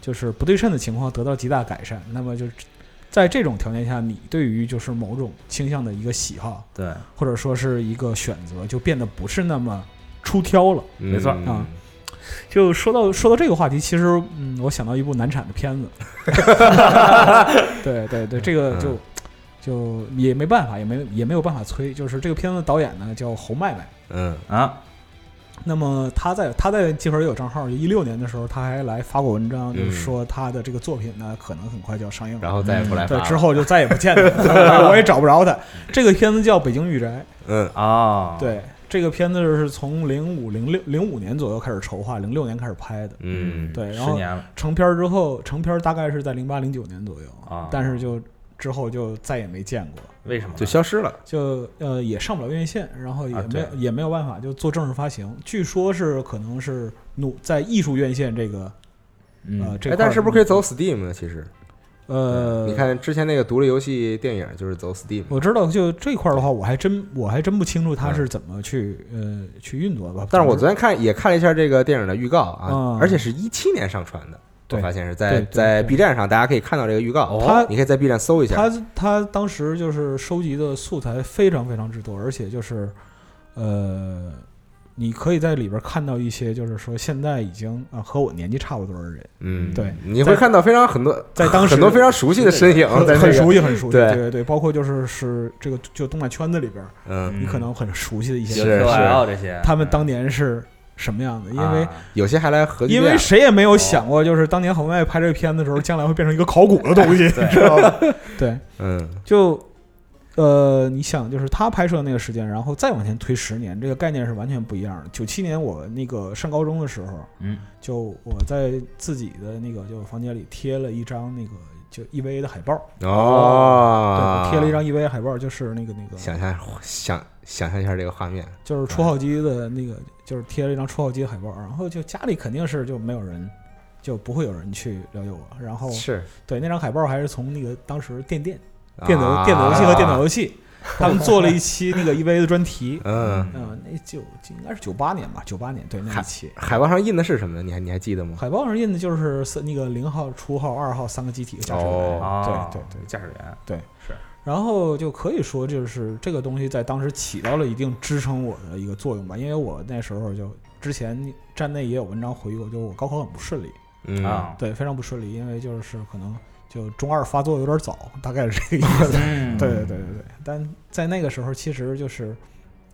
C: 就是不对称的情况得到极大改善，那么就是在这种条件下，你对于就是某种倾向的一个喜好
D: 对，
C: 或者说是一个选择，就变得不是那么出挑了。
A: 没
D: 错
C: 啊就说到说到这个话题，其实嗯，我想到一部难产的 [laughs] 片子，对对对，这个就就也没办法，也没也没有办法催。就是这个片子导演呢叫侯麦麦，
A: 嗯
D: 啊，
C: 那么他在他在集合也有账号，一六年的时候他还来发过文章，就是说他的这个作品呢可能很快就要上映了，
A: 然后再也不来
C: 嗯对
A: 发
C: 之
A: 了，
C: 后就再也不见他 [laughs] 了，我也找不着他。这个片子叫《北京御宅》，
A: 嗯
D: 哦，，
C: 对，这个片子是从零五零六零五年左右开始筹划，零六年开始拍的。
A: 嗯，
C: 对，然
D: 十
C: 后
D: 年了，
C: 成片儿之后，成片儿大概是在零八零九年左右
D: 啊
C: 但是就之后就再也没见过，
D: 为什么呢？
A: 就消失了。
C: 就呃也上不了院线，然后也
D: 啊
C: 没有、
D: 对
C: 也没有办法就做正式发行，据说是可能是努在艺术院线这个呃
D: 嗯，
C: 这
A: 哎
C: 块儿，
A: 但是不是可以走 Steam 呢？其实，
C: 呃
A: 你。看之前那个独立游戏电影就是走 Steam，
C: 我知道，就这块儿的话，我还真我还真不清楚它是怎么去、呃去运作的吧。
A: 嗯但是我
C: 反正
A: 昨天看也看了一下这个电影的预告啊
C: 嗯，
A: 而且是一七年上传的，我
C: 对
A: 发现是
C: 对
A: 在
C: 对
A: 在
C: 对
A: B 站上大家可以看到这个预告，
C: 它
A: 你可以在 B 站搜一下，
C: 他他当时就是收集的素材非常非常之多，而且就是，呃，你可以在里边看到一些，就是说现在已经啊和我年纪差不多的人，
A: 嗯，
C: 对
A: 你会
C: 在
A: 看到非常很多
C: 在当时
A: 很多非常熟悉的身影
C: 很
A: 在
C: 很
A: 这个，
C: 熟悉很熟悉，
A: 对
C: 对对包括就是是这个就动漫圈子里边，
A: 嗯，
C: 你可能很熟悉的一些
A: 是
C: 人，
A: 是
D: QL 这些，
C: 他们当年是什么样的，因为。
D: 啊
A: 有些还来核聚
C: 因
A: 变
C: 为，谁也没有想过，就是当年侯麦拍这个片子的时候，将来会变成一个考古的东西，
A: [laughs]
C: 你知道吗？对，
A: 嗯
C: 就呃，你想，就是他拍摄的那个时间，然后再往前推十年，这个概念是完全不一样的。九七年我那个上高中的时候，
D: 嗯，
C: 就我在自己的那个就房间里贴了一张那个就 EVA 的海报，
A: 哦，
C: 对，我贴了一张 EVA 海报，就是那个那个
A: 想象想想象一下这个画面，
C: 就是初号机的那个，就是贴了一张初号机的海报，然后就家里肯定是就没有人。就不会有人去了解我，然后
A: 是
C: 对那张海报还是从那个当时电电
A: 啊
C: 电子游电子游戏和电脑游戏，他们做了一期那个 EVA 的专题，
A: 嗯，
C: 嗯，那九就应该是九八年吧，九八年对那一期
A: 海报上印的是什么呢？你还你还记得吗？
C: 海报上印的就是三那个零号、初号、二号三个机体的驾驶员，
D: 哦，
C: 对对对。
D: 驾驶员，
C: 然后就可以说就是这个东西在当时起到了一定支撑我的一个作用吧，因为我那时候就之前站内也有文章回忆过，就是我高考很不顺利，
A: 嗯
D: 啊，
C: 对，非常不顺利，因为就是可能就中二发作有点早，大概是这个意思。
D: 嗯
C: 对对对对对，但在那个时候其实就是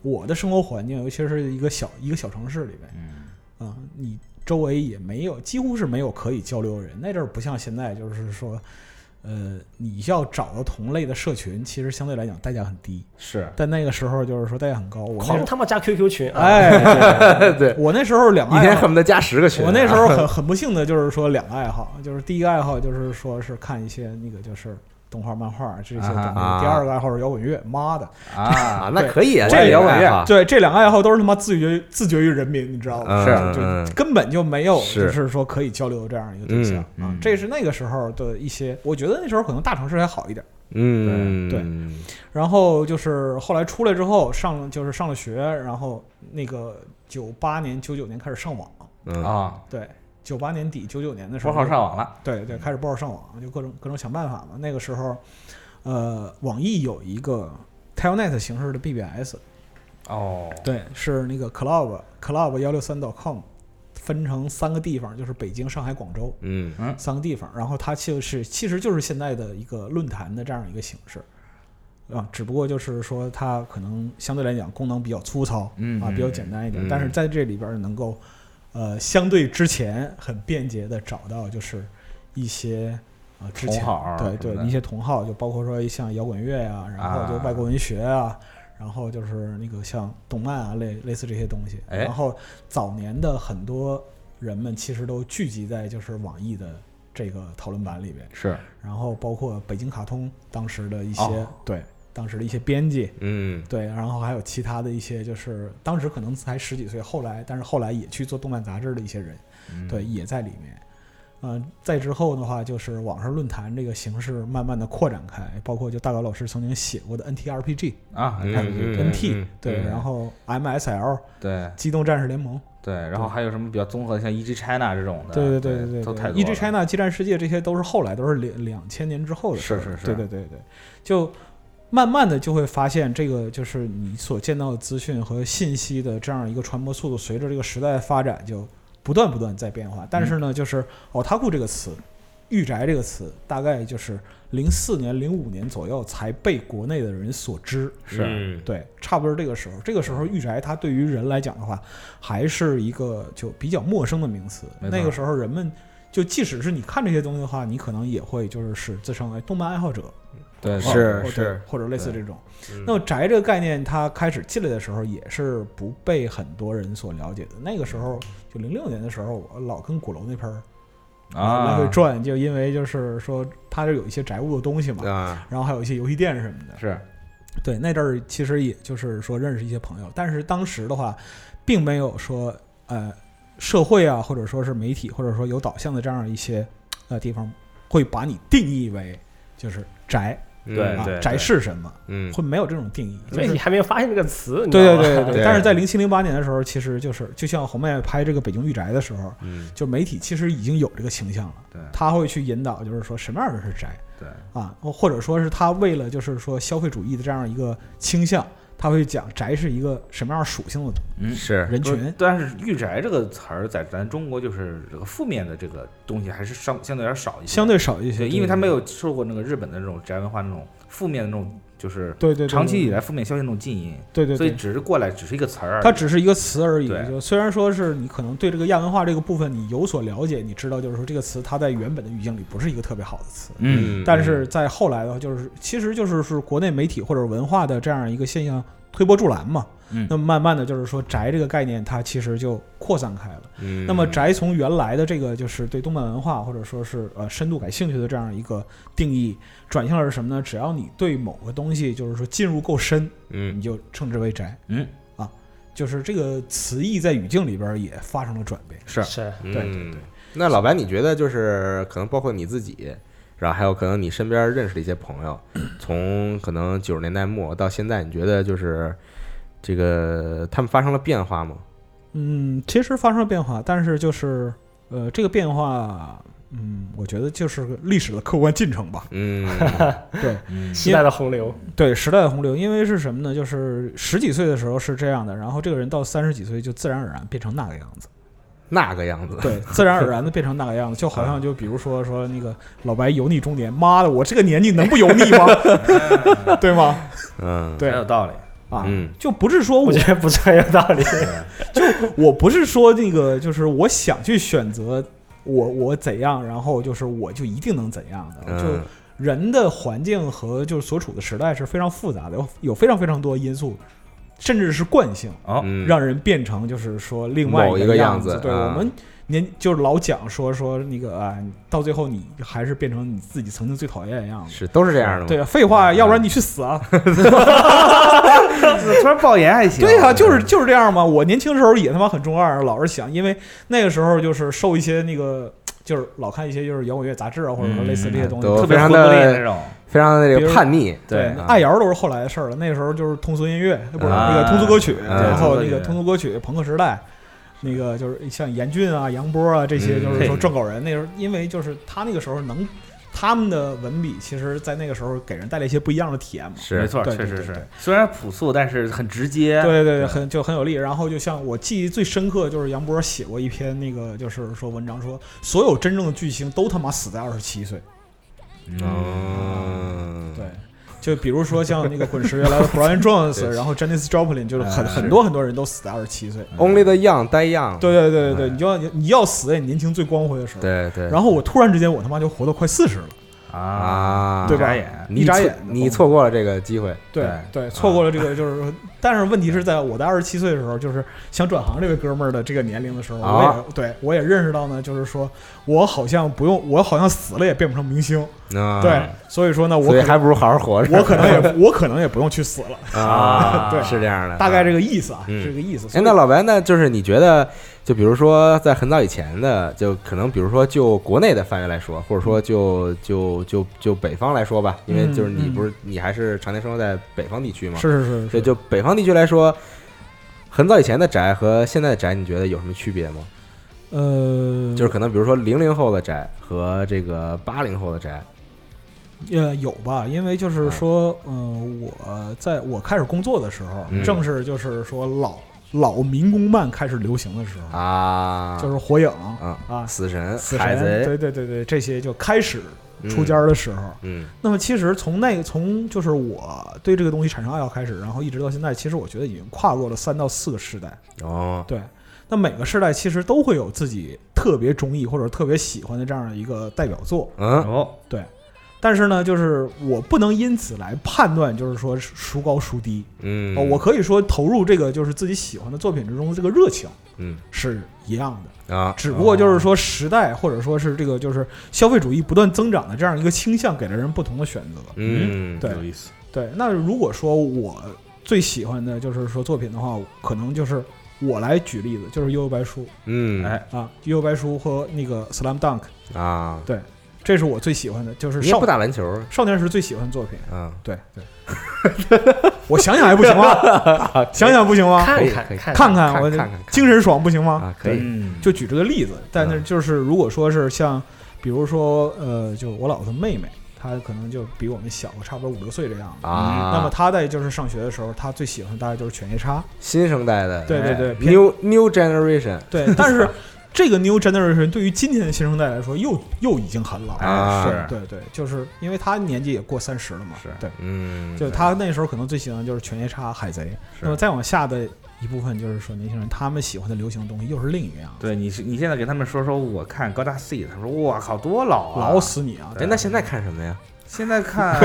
C: 我的生活环境，尤其是一个小一个小城市里面。
D: 嗯
C: 啊、你周围也没有，几乎是没有可以交流的人。那阵儿不像现在，就是说，呃，你要找到同类的社群，其实相对来讲代价很低。
D: 是，
C: 但那个时候就是说代价很高。我那
B: 狂
C: 时
B: 他妈加 QQ 群
C: 候，
B: 啊！
A: [laughs]
C: 哎，
A: 对，
C: 我那时候两个
A: 一
C: 爱
A: 天
C: 好
A: 恨，不得加十个群啊，
C: 我那时候很很不幸的就是说两个爱好，就是第一个爱好就是说是看一些那个就是动画、漫画这些东西，
A: 啊
C: 第二个爱好是摇滚乐。妈的，
A: [laughs] 啊
D: 啊，，
A: 那可以啊，
C: 这
A: 个
D: 摇滚乐
A: 爱好
C: 对，这两个爱好都是他妈自绝自绝于人民，你知道吗？
A: 嗯
C: 就
A: 嗯
C: 根本就没有，
A: 是
C: 就是说可以交流的这样一个对象
D: 嗯
C: 啊
D: 嗯。
C: 这是那个时候的一些，我觉得那时候可能大城市还好一点。
A: 嗯，
C: 对然后就是后来出来之后，上就是上了学，然后那个九八年、九九年开始上网，
A: 嗯
D: 啊，
C: 对，九八年底、九九年的时
D: 拨
C: 候，
D: 号上网了，
C: 对对，开始拨号上网，就各种各种想办法嘛。那个时候，呃，网易有一个 Telnet 形式的 BBS，
D: 哦，
C: 对，是那个 club club 幺六三 .com 分成三个地方，就是北京、上海、广州
A: 嗯
C: 三个地方。然后它就是其实就是现在的一个论坛的这样一个形式啊，只不过就是说它可能相对来讲功能比较粗糙
D: 嗯
C: 啊，
D: 嗯
C: 比较简单一点
A: 嗯，
C: 但是在这里边能够呃相对之前很便捷的找到就是一些。啊，之前
D: 同好啊
C: 对
D: 什么
C: 对
D: 的
C: 一些同好，就包括说像摇滚乐呀、然后就
D: 啊
C: 外国文学啊，然后就是那个像动漫啊，类类似这些东西。
D: 哎
C: 然后早年的很多人们其实都聚集在就是网易的这个讨论版里边，
D: 是
C: 然后包括北京卡通当时的一些、
D: 哦
C: 对当时的一些编辑。
A: 嗯
C: 对，然后还有其他的一些，就是当时可能才十几岁，后来但是后来也去做动漫杂志的一些人，
D: 嗯
C: 对，也在里面。嗯、再之后的话，就是网上论坛这个形式慢慢的扩展开，包括就大高老师曾经写过的 NTRPG，
D: 啊
A: 嗯
D: 看这个
A: 嗯
C: NT 对，
D: 嗯
C: 然后 MSL
D: 对
C: 机动战士联盟，
D: 对，然后还有什么比较综合的，像 E.G. China 这种的，
C: 对对
D: 对
C: 对对
D: 都
C: 对
D: 太多了
C: ，E.G. China 激战世界这些都是后来都是两两千年之后的事儿，
D: 是是是
C: 对对对对，就慢慢的就会发现这个就是你所见到的资讯和信息的这样一个传播速度，随着这个时代的发展就不断不断在变化，但是呢，
D: 嗯
C: 就是“奥塔库”这个词。御宅这个词大概就是零四年、零五年左右才被国内的人所知，
D: 是
A: 嗯
C: 对，差不多是这个时候。这个时
D: 嗯
C: 候，御宅它对于人来讲的话，还是一个就比较陌生的名词。
D: 没错
C: 那个时候，人们就即使是你看这些东西的话，你可能也会就是是自称为动漫爱好者，
D: 对
A: 是
C: 或者
A: 是
C: 或者类似
D: 呃对
C: 这种。那么宅这个概念，它开始进来的时候，也是不被很多人所了解的。那个时候，就零六年的时候，我老跟鼓楼那边儿
D: 啊，
C: 来回转，就因为就是说，它这有一些宅物的东西嘛，
A: 啊，
C: 然后还有一些游戏店什么的。
D: 是
C: 对，那阵儿其实也就是说认识一些朋友，但是当时的话，并没有说呃社会啊，或者说是媒体，或者说有导向的这样一些呃地方，会把你定义为就是宅
A: 嗯
D: 对
C: 啊，宅是什么，
A: 嗯
C: 会没有这种定义。就
B: 媒体
C: 是
B: 哎还没有发现这个词，你知
C: 对对
B: 道
C: 对
B: 吗
A: 对
C: 但是在零七零八年的时候，其实就是就像红妹拍这个《北京御宅》的时候，
A: 嗯
C: 就媒体其实已经有这个倾向了，
D: 对
C: 他会去引导，就是说什么样的人是宅，
D: 对
C: 啊，或者说是他为了就是说消费主义的这样一个倾向，他会讲宅是一个什么样属性的
D: 嗯
A: 是
C: 人
D: 不是
C: 群。
D: 但是“御宅”这个词儿在咱中国就是这个负面的这个东西还是相相对有点少一些，
C: 相对少一些，
D: 对，因为他没
C: 有
D: 有受过那个日本的那种宅文化那种负面的那种就是
C: 对对对
D: 长期以来负面消息那种禁音，
C: 对对
D: 所以
C: 对，
D: 只是过来只是一个词儿而已，
C: 它只是一个词而已
D: 对。
C: 就虽然说是你可能对这个亚文化这个部分你有所了解，你知道就是说这个词它在原本的语境里不是一个特别好的词，
D: 嗯
C: 但是在后来的话，就是其实就是是国内媒体或者文化的这样一个现象推波助澜嘛。
D: 嗯
C: 那么慢慢的就是说宅这个概念它其实就扩散开了。
A: 嗯
C: 那么宅从原来的这个就是对动漫文化或者说是呃深度感兴趣的这样一个定义，转向了是什么呢？只要你对某个东西就是说进入够深，
A: 嗯
C: 你就称之为宅。啊
D: 嗯
C: 就是这个词义在语境里边也发生了转变。
D: 是
B: 是
A: 对
C: 对对对
A: 嗯那老白，你觉得就是可能包括你自己，然后还有可能你身边认识的一些朋友，从可能九十年代末到现在，你觉得就是这个他们发生了变化吗？
C: 嗯，其实发生了变化，但是就是呃这个变化，嗯，我觉得就是个历史的客观进程吧。 [laughs]
A: 嗯，
C: 对，
D: 嗯
B: 时代的洪流，
C: 对时代的洪流，因为是什么呢？就是十几岁的时候是这样的，然后这个人到三十几岁就自然而然变成那个样子，
A: 那个样子，
C: 对，自然而然的变成那个样子，就好像就比如说说那个老白油腻中年，妈的，我这个年纪能不油腻吗？
B: [laughs]
C: 对吗？ [laughs]
A: 嗯，
C: 对
D: 很有道理，
C: 啊，
A: 嗯
C: 就不是说
B: 我
C: 我
B: 觉得不是很有道理。
C: 我不是说那个，就是我想去选择我我怎样，然后就是我就一定能怎样的，就
A: 嗯，
C: 人的环境和就是所处的时代是非常复杂的，有有非常非常多因素，甚至是惯性，
D: 哦，
A: 嗯
C: 让人变成就是说另外
A: 某一
C: 个
A: 个
C: 样
A: 样子
C: 对，
A: 啊
C: 我们年就是老讲说说那个啊，到最后你还是变成你自己曾经最讨厌的样子。
A: 是都是这样的吗？嗯
C: 对，啊，废话，要不然你去死啊！
D: 突然爆言还行，
C: 对啊，就是就是这样嘛。我年轻时候也他妈很中二，老是想，因为那个时候就是受一些那个，就是老看一些就是摇滚乐杂志啊，或者说类似这些东西。
A: 嗯
D: 特
A: 都非
D: 别混
A: 常
D: 不
A: 的
D: 吝那种，
A: 非常的这
C: 比
A: 个
C: 如
A: 叛逆，
D: 对
C: 那
A: 啊
C: 爱摇都是后来的事儿了。那时候就是通俗音乐，不是
D: 啊
C: 那个通俗歌曲，
A: 啊
C: 然后那个
D: 通
C: 通
D: 俗
C: 俗歌曲、朋克时代，那个就是像严俊啊、杨波啊这些，
A: 嗯
C: 就是说
D: 嘿
C: 撰稿人。那时候因为就是他那个时候能他们的文笔其实，在那个时候给人带来一些不一样的体验嘛。
A: 是嗯
D: 没错，
C: 对
D: 确
C: 对
D: 实
C: 对
D: 是
C: 对。
D: 虽然朴素，但是很直接。
C: 对对对，
D: 对
C: 很就很有力。然后就像我记忆最深刻，就是杨波写过一篇那个，就是说文章说，所有真正的巨星都他妈死在二十七岁。
A: 哦
C: 嗯
A: 嗯，
C: 对，就比如说像那个滚石
A: [laughs]
C: 原来的 Brian Jones，
A: 对嗯
C: 然后 Janis Joplin，就是很
D: 哎
C: 很
D: 是
C: 多很多人都死在二十七岁。
A: ，Only the young die young，
C: 对对对对对，
A: 哎
C: 你就要你你要死在你年轻最光辉的时候。
A: 对对，
C: 然后我突然之间，我他妈就活到快四十了。
D: 啊，
A: 啊，
C: 对吧
D: 眨眼，
A: 你
C: 一眨
A: 错
C: 眼
A: 你错过了这个机会，
C: 对
A: 啊
C: 对，错过了这个就是说，但是问题是在我在二十七岁的时候，就是想转行这位哥们儿的这个年龄的时候，我也、
A: 啊
C: 对我也认识到呢，就是说我好像不用，我好像死了也变不成明星，
A: 嗯
C: 对，，所以说呢，我
A: 所以
C: 可能
A: 还不如好好活着
C: 我可能也我可能也不用去死了，
A: 啊，
C: 对
A: 是这样的，
C: 大概
A: 啊
C: 这个意思啊，
A: 嗯
C: 是这个意思。所
A: 哎，
C: 以
A: 那老白呢？就是你觉得，就比如说在很早以前的，就可能比如说就国内的范围来说，或者说就就就就北方来说吧，因为就是你
C: 嗯嗯
A: 不是你还是常年生活在北方地区嘛，
C: 是是是
A: 所
C: 是
A: 以，就北方地区来说，很早以前的宅和现在的宅，你觉得有什么区别吗？
C: 呃，
A: 就是可能比如说零零后的宅和这个八零后的宅，
C: 呃，有吧？因为就是
A: 啊
C: 说，嗯、我在我开始工作的时候，
A: 嗯
C: 正是就是说老老民工漫开始流行的时候，
A: 啊，
C: 就是火影
A: 啊
C: 啊、
A: 死神、
C: 死
A: 海
C: 神，
A: 贼
C: 对对对对，这些就开始出
A: 家
C: 尖，儿的时候。
A: 嗯
C: 那么其实从那个从就是我对这个东西产生爱好开始，然后一直到现在，其实我觉得已经跨过了三到四个时代。
A: 哦，
C: 对，那每个时代其实都会有自己特别中意或者特别喜欢的这样的一个代表作。
A: 嗯
D: 哦，
C: 但是呢，就是我不能因此来判断，就是说孰高孰低。
A: 嗯，
C: 哦，我可以说投入这个就是自己喜欢的作品之中的这个热情
A: 嗯
C: 是一样的，
A: 啊
C: 只不过就是说时代或者说是这个就是消费主义不断增长的这样一个倾向，给了人不同的选择。
A: 嗯
C: 对
D: 有意思。
C: 对，那如果说我最喜欢的就是说作品的话，可能就是我来举例子，就是《幽游白书
A: 嗯
D: 哎》
C: 啊，《幽游白书》和那个《Slam Dunk》，
A: 啊，
C: 这是我最喜欢的，就是
A: 你也
C: 少
A: 不打篮球啊
C: 少年时最喜欢的作品。
A: 啊？
C: 对对，我想想还不行吗？
A: [laughs]
C: 想想不行吗？
B: 看
A: 可以可以
B: 看看
C: 看
A: 看
C: 我
A: 看看看
C: 精神爽不行吗？
A: 啊，可以，
D: 嗯，
C: 就举这个例子，但是就是如果说是像，比如说呃，就我老婆的妹妹，她可能就比我们小个差不多五六岁这样的。
A: 啊，
C: 嗯那么她在就是上学的时候，她最喜欢的大概就是犬夜叉，
A: 新生代的
C: 对对对，偏
A: new new generation
C: [laughs] 对，但是这个 new generation 对于今天的新生代来说，又又已经很老了，
A: 啊，
D: 是
C: 对对，就是因为她年纪也过三十了嘛，
D: 是
C: 对，
A: 嗯，
C: 就她那时候可能最喜欢的就是犬夜叉、海贼，那么再往下的一部分就是说年轻人他们喜欢的流行的东西又是另一个样子，
D: 对，你是你现在给他们说说，我看高大 C，他说我靠，多老啊！
C: 老！死你啊！
A: 哎，那现在看什么呀？
D: 现
C: [laughs]
D: 在看，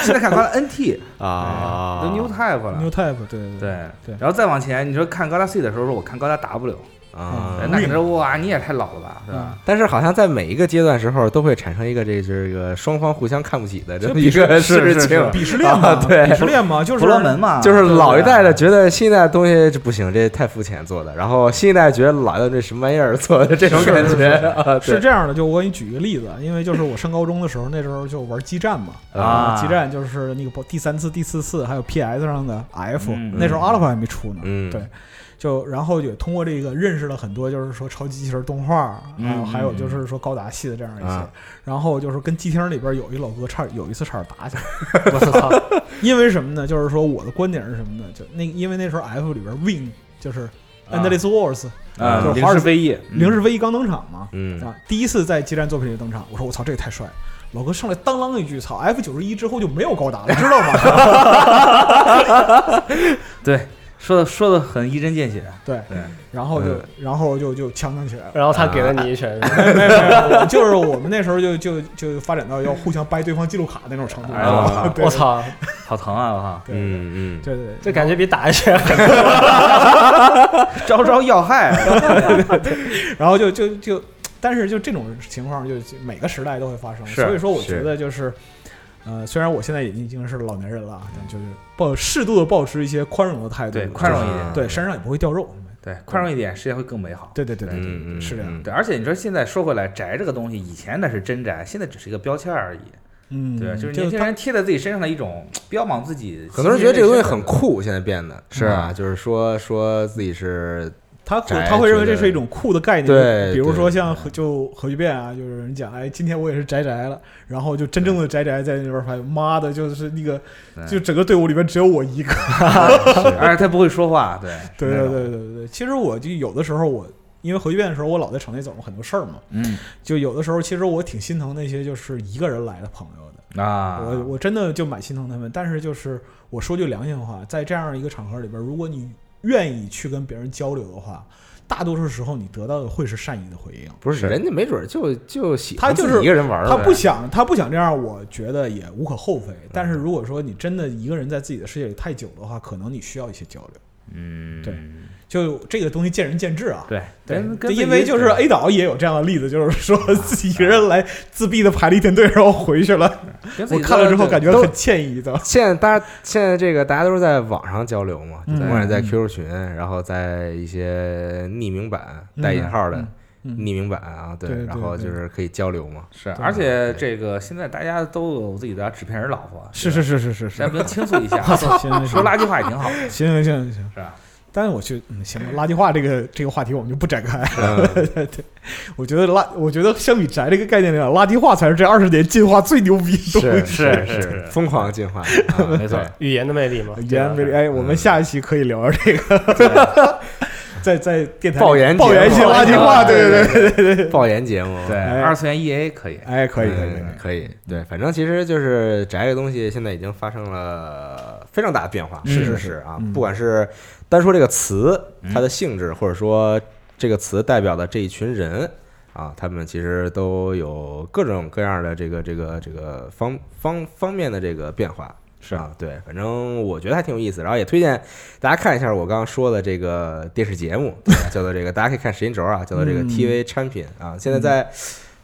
D: 现在看高达 NT
C: 啊
D: 哎都 New Type 了
C: New。Type，对对
D: 对
C: 嗯对
D: 然后再往前，你说看高达 C 的时候，说我看高达 W，
A: 啊
D: 哎，
C: 嗯
D: 那你说哇，你也太老了吧，对吧？
A: 但是好像在每一个阶段时候，都会产生一个这这个双方互相看不起的这么一个
D: 这是
A: 事
D: [laughs] 是是
A: 情，
C: 鄙视链嘛，
A: 啊对
C: 鄙视链嘛，就是
D: 婆罗门
C: 啊
D: 嘛，
A: 就是老一代的
D: 对
A: 觉得新一代的东西这不行，这太肤浅做的，然后新一代觉得老一代这什么玩意儿做的这种
C: 是
A: 感
C: 是
A: 觉啊，
C: 是
A: 对
C: 这样的。就我给你举一个例子，因为就是我上高中的时候，那时候就玩基站嘛，
D: 吧啊，
C: 基站就是那个第三次、第四次，还有 PS 上的 F，
D: 嗯
C: 那时候 Alpha 还没出呢，
A: 嗯
C: 对就然后也通过这个认识了很多，就是说超级机器人动画，然后
D: 嗯
C: 还有就是说高达系的这样一些
A: 啊，
C: 然后就是跟机厅里边有一老哥差点有一次差点打起来，
B: 哎我操，
C: 因为什么呢？就是说我的观点是什么呢？就那因为那时候 F 里边 Wing 就是
D: 啊
C: Endless Wars
D: 啊
C: 就是
D: 零
C: 华尔
D: 式飞翼，
C: 零式唯一刚登场嘛，
A: 嗯
C: 啊，第一次在激战作品里登场，我说我操，这也太帅了。老哥上来当啷一句：“操！F 九十一之后就没有高达
D: [laughs]
C: 了，知道吗
D: 对，说的说的很一针见血，？”
C: 对，
D: 对，
C: 然后就
A: 嗯
C: 然后就就呛呛起来了。哎
B: 然后他给了你一拳，
C: 没有没有没有，就是我们那时候就就就发展到要互相掰对方记录卡那种程度。
D: 哎呦我
A: 啊
D: 操
C: 对
B: 我！操，
D: 好疼啊！
C: [laughs]
D: 我靠，
C: 对对
A: 嗯
C: 对对，
B: 这感觉比打一拳还
D: 招招要害，
C: 然后就就就，但是就这种情况，就每个时代都会发生。
D: 是
C: 所以说，我
A: 是
C: 觉得就是，呃，虽然我现在已经已经是老年人了，但就是保适度的保持一些宽容的态度，
D: [laughs] 对宽容一
A: 啊
D: 点，嗯
C: 对，身上也不会掉肉。
D: 对，宽容一点，世界会更美好。
C: 对对对对对，
A: 嗯嗯
C: 是这样
A: 嗯
D: 对，而且你说现在说回来，宅这个东西，以前那是真宅，现在只是一个标签而已。
C: 嗯，
D: 对，啊就是是年轻
C: 他
D: 人贴在自己身上的一种标榜自己。
A: 很多人觉得这个东西很
D: 酷，
A: 酷，现在变得
D: 是
A: 啊，就是说说自己是
C: 他会
A: 宅
C: 他会认
A: 觉
C: 为这
A: 得
C: 是一种酷的概念，
A: 对
C: 比如说
A: 对
C: 像核就核聚变啊，就是人讲，哎，今天我也是宅宅了，然后就真正的宅宅在那边发现，妈的，就是那个，就整个队伍里边只有我一个，
D: 而且他不会说话，对，
C: 对
D: 是那
C: 对
D: 种，
C: 对对对，其实我就有的时候我。因为核聚变的时候，我老在场内走很多事儿嘛，
D: 嗯
C: 就有的时候其实我挺心疼那些就是一个人来的朋友的，
D: [laughs] 啊，
C: 我我真的就蛮心疼他们。但是就是我说句良心话，在这样一个场合里边，如果你愿意去跟别人交流的话，大多数时候你得到的会是善意的回应。
A: 不
D: 是
A: 是人家没准儿就就喜
C: 他
A: 欢
C: 就
A: 自
C: 是
A: 己一个人玩儿
C: 他
A: 呗
C: 不想，他不想这样，我觉得也无可厚非。
D: 嗯
C: 但是如果说你真的一个人在自己的世界里太久的话，可能你需要一些交流。
D: 嗯，
C: 对就这个东西见仁见智啊。
D: 对，
C: 对
D: 跟，跟
C: 因为
D: 自己
C: 就是 A 岛也有这样的例子，就是
D: 啊
C: 说自己一个人来自闭的排了一天队，然后回去了。
D: 跟自
C: 我
D: 己
C: 看了之后
D: 的
C: 感觉
A: 都
C: 很歉意的。
A: 现在大家现在这个大家都是在网上交流嘛，就
C: 嗯
A: 不管是在
C: 嗯
A: QQ 群，然后在一些匿名版
C: 嗯
A: 带引号的
C: 嗯嗯
A: 匿名版啊，对
C: 对对，
A: 然后就是可以交流嘛。
D: 是，
C: 啊对
D: 而且这个现在大家都有自己的纸片人老婆， [laughs]
C: 是是是是是
D: 大家
C: 是。
D: 不能倾诉
C: [laughs]
D: 一下，
C: 行行
D: [laughs]
C: 行
D: 说垃圾话也挺好的，
C: 行行行行，
D: 是吧？
C: 但是我去，嗯，行吧，垃圾话这个这个话题我们就不展开。
A: 嗯，
C: [laughs] 对对，我觉得垃，我觉得相比宅这个概念来讲，垃圾话才是这二十年进化最牛逼的东 [laughs]
A: [laughs] 是
C: 西。
D: 是是是
A: 疯狂进化，啊
D: 没错
A: 对
B: 语言的魅力嘛，
C: 语言魅力，哎，我们
A: 嗯
C: 下一期可以聊聊这个， [laughs] 在在电台里
A: 爆言
C: 爆言
A: 节
C: 性
A: 目啊
C: 垃圾话，对对对，
A: 对对，爆言节目，啊
D: 对，
C: 哎
D: 二次元 E A 可以，
C: 哎，可以可以可以
A: 嗯，可以，对，反正其实就是宅这个东西，现在已经发生了非常大的变化，
C: 是
A: 是
C: 是是
A: 啊，
C: 嗯
A: 不管是单说这个词
D: 嗯
A: 它的性质，或者说这个词代表的这一群人啊，他们其实都有各种各样的这个这个这个方方方面的这个变化。
D: 是
A: 啊，对，反正我觉得还挺有意思，然后也推荐大家看一下我刚刚说的这个电视节目，对吧叫做这个，大家可以看时间轴啊，叫做这个
C: 嗯
A: TV 产品啊，现在在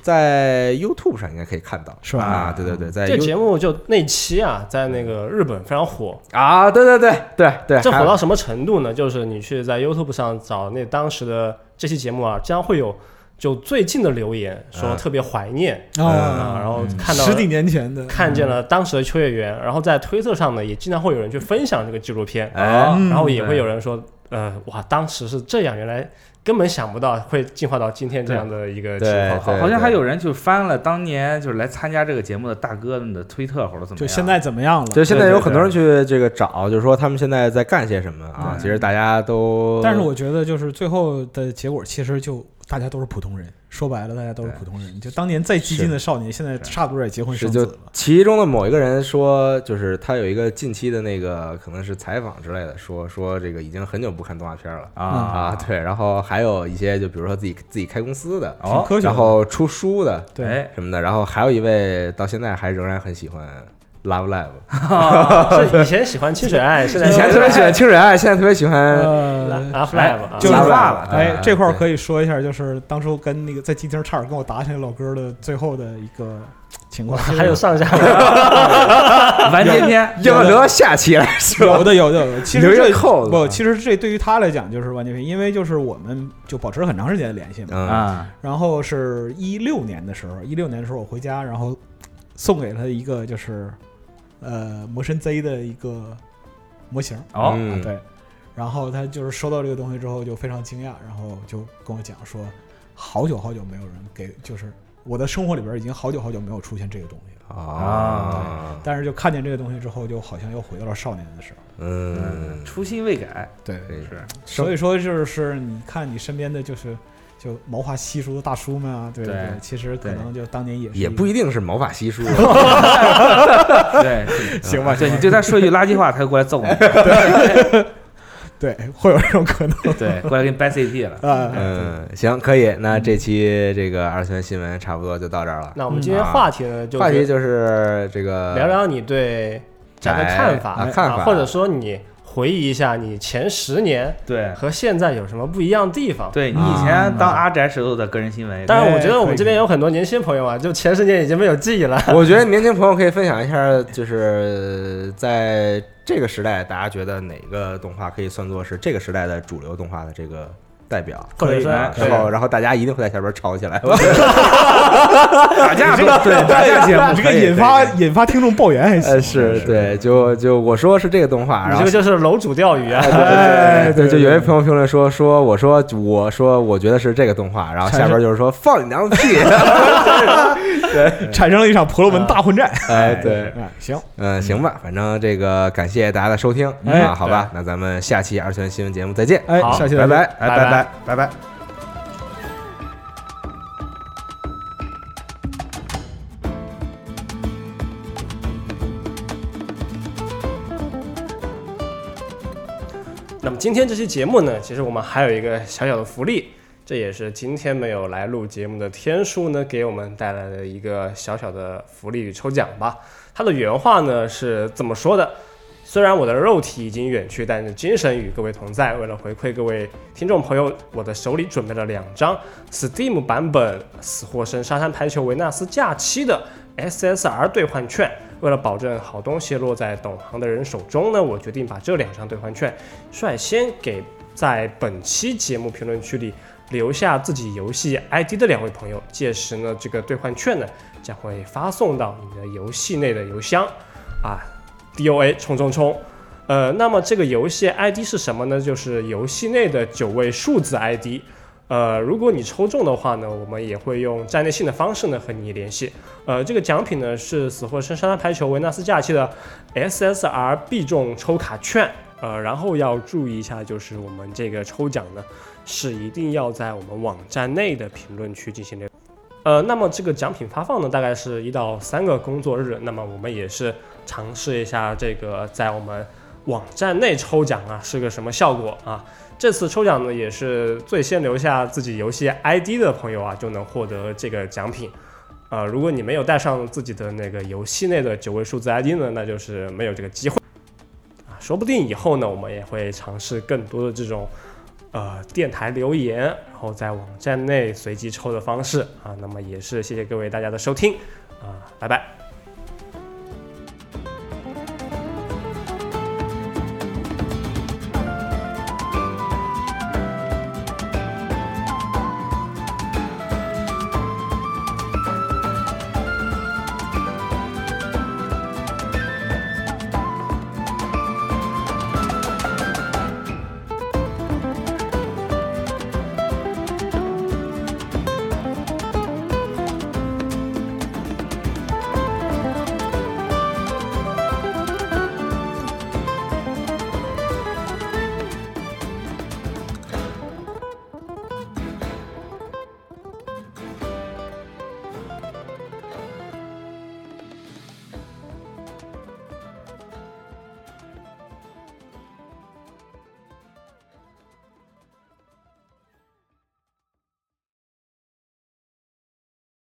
A: 在 YouTube 上应该可以看到，
C: 是吧
A: 啊，对对对，在
B: 这
A: You
B: 节目就那期啊，在那个日本非常火，
A: 啊，对对对对对，
B: 这
A: 还
B: 火
A: 有
B: 到什么程度呢？就是你去在 YouTube 上找那当时的这期节目啊，将会有就最近的留言说
A: 啊
B: 特别怀念啊，
C: 啊，
B: 然后看到
C: 十几年前的，
B: 看见了当时的秋叶原，然后在推特上呢，也经常会有人去分享这个纪录片，
A: 哎嗯
C: 嗯
B: 然后也会有人说，呃，哇，当时是这样，原来根本想不到会进化到今天这样的一个情
A: 对
B: 况。
D: 好，
A: 对
D: 好像
A: 对
D: 还有人就翻了当年就是来参加这个节目的大哥们的推特或者怎么样，
C: 就现在怎么样了？
A: 就现在
D: 对对
A: 有很多人去这个找，就是说他们现在在干些什么啊？
D: 对
A: 其实大家都，
C: 但是我觉得就是最后的结果，其实就大家都是普通人。说白了，大家都是普通人。就当年再激进的少年，现在差不多也结婚
A: 是
C: 生
A: 就
C: 子了。
A: 其中的某一个人说，就是他有一个近期的那个可能是采访之类的，说说这个已经很久不看动画片了
C: 嗯
D: 啊
A: 啊，对，然后还有一些就比如说自己自己开公司的，
C: 挺
D: 哦，
C: 科学的。
A: 然后出书的
C: 对，
D: 哎，
A: 什么的，然后还有一位到现在还仍然很喜欢 Love Live，
B: 啊是以前喜欢清水爱，现
A: [laughs]
B: 在
A: 以前特别喜欢清水爱，现在特别喜欢
C: 呃，
B: 啊 Flav 啊，
C: 就
A: 就是是
C: 话
A: 话
C: 了
A: 了。
C: 哎
A: 对，
C: 这块儿可以说一下，就是当初跟那个在金厅差点跟我打起来老哥的最后的一个情况。
B: 还有
A: [laughs]
B: 上下
D: 完结篇，
A: 要不留到下期来
C: 有
A: 说。
C: 的有的有的，其实
A: 留一个
C: 这
A: 扣子啊
C: 不，其实这对于他来讲就是完全平，因为就是我们就保持了很长时间的联系嘛。
A: 嗯，
D: 啊，
C: 然后是一六年的时候，一六年的时候我回家，然后送给他一个就是呃魔神 Z 的一个模型。
D: 哦，
A: 嗯
C: 对，然后他就是收到这个东西之后就非常惊讶，然后就跟我讲说，好久好久没有人给，就是我的生活里边已经好久好久没有出现这个东西了。
A: 啊，
C: 但是就看见这个东西之后，就好像又回到了少年的时候。
A: 嗯，
D: 初心未改，
C: 对
A: 可以
D: 是
C: [laughs] 所以说就是你看你身边的就是就毛发稀疏的大叔们啊，对
D: 对
C: 对，其实可
D: 对
C: 能就当年也是
A: 也不一定是毛发稀疏，啊
C: [laughs]
D: 对，
C: 行吧，
D: 对你对他说一句垃圾
C: [laughs]
D: 话，他就过来揍你，
C: 对，会有这种可能
D: 对，过来给你掰 CT 了。
C: 啊。
A: 嗯，行，可以。那这期这个二次元新闻差不多就到这儿了。
B: 那我们今天话题呢，就
A: 嗯话题
B: 是
A: 就是这个
B: 聊聊你对宅的看法
A: 啊看法
B: 啊或者说你回忆一下你前十年
D: 对
B: 和现在有什么不一样的地方。
D: 对你以
C: 啊
D: 前当阿宅时候的个人新闻，
B: 当然，我觉
C: 哎
B: 得我
C: 可
B: 们
C: 以
B: 这边有很多年轻朋友啊，就前十年已经没有记忆了。
A: 我觉得年轻朋友可以分享一下，就是在这个时代，大家觉得哪个动画可以算作是这个时代的主流动画的这个代表，啊
B: 或者是
D: 哎
A: 然
B: 对
A: 后然后大家一定会在下边吵起来。 [laughs]
D: 打架不对打架节目
C: 这
D: 可
C: 个
D: 以
C: 引发引发听众抱怨还
A: [laughs] 呃，
C: 行，
A: 是对，就就我说是这个动画，
B: 你
A: 然
B: 这
A: 后
B: 个就是楼主钓鱼啊，
C: 哎，
A: 对，就有一朋友评论说说我说我说我觉得是这个动画，然后下边就是说放你娘的屁，
C: 产生了一场婆罗门大混战。
A: 哎对，
C: 哎，行，
A: 嗯行吧，反正这个感谢大家的收听
C: 哎
A: 啊，好吧，那咱们下期二次元新闻节目再见，
C: 哎，
B: 好
C: 下期
A: 拜
C: 再见
A: 拜。
D: 哎，
B: 拜
D: 拜
B: 拜
D: 拜拜拜。
B: 那么今天这期节目呢，其实我们还有一个小小的福利，这也是今天没有来录节目的天叔呢给我们带来的一个小小的福利与抽奖吧。他的原话呢是这么说的：虽然我的肉体已经远去，但是精神与各位同在。为了回馈各位听众朋友，我的手里准备了两张 Steam 版本《死或生沙滩排球维纳斯假期》的 SSR 兑换券。为了保证好东西落在懂行的人手中呢，我决定把这两张兑换券率先给在本期节目评论区里留下自己游戏 ID 的两位朋友，届时呢，这个兑换券呢将会发送到你的游戏内的邮箱啊，DOA 冲冲冲。呃，那么这个游戏 ID 是什么呢？就是游戏内的九位数字 ID。呃，如果你抽中的话呢，我们也会用站内信的方式呢和你联系。呃，这个奖品呢是《死或生沙滩排球维纳斯假期》的 SSR 必中抽卡券。呃，然后要注意一下，就是我们这个抽奖呢，是一定要在我们网站内的评论区进行留。呃，那么这个奖品发放呢，大概是一到三个工作日。那么我们也是尝试一下这个在我们网站内抽奖啊，是个什么效果啊？这次抽奖呢，也是最先留下自己游戏 ID 的朋友啊，就能获得这个奖品。呃，如果你没有带上自己的那个游戏内的九位数字 ID 呢，那就是没有这个机会。啊，说不定以后呢，我们也会尝试更多的这种呃电台留言，然后在网站内随机抽的方式啊。那么也是谢谢各位大家的收听啊、拜拜。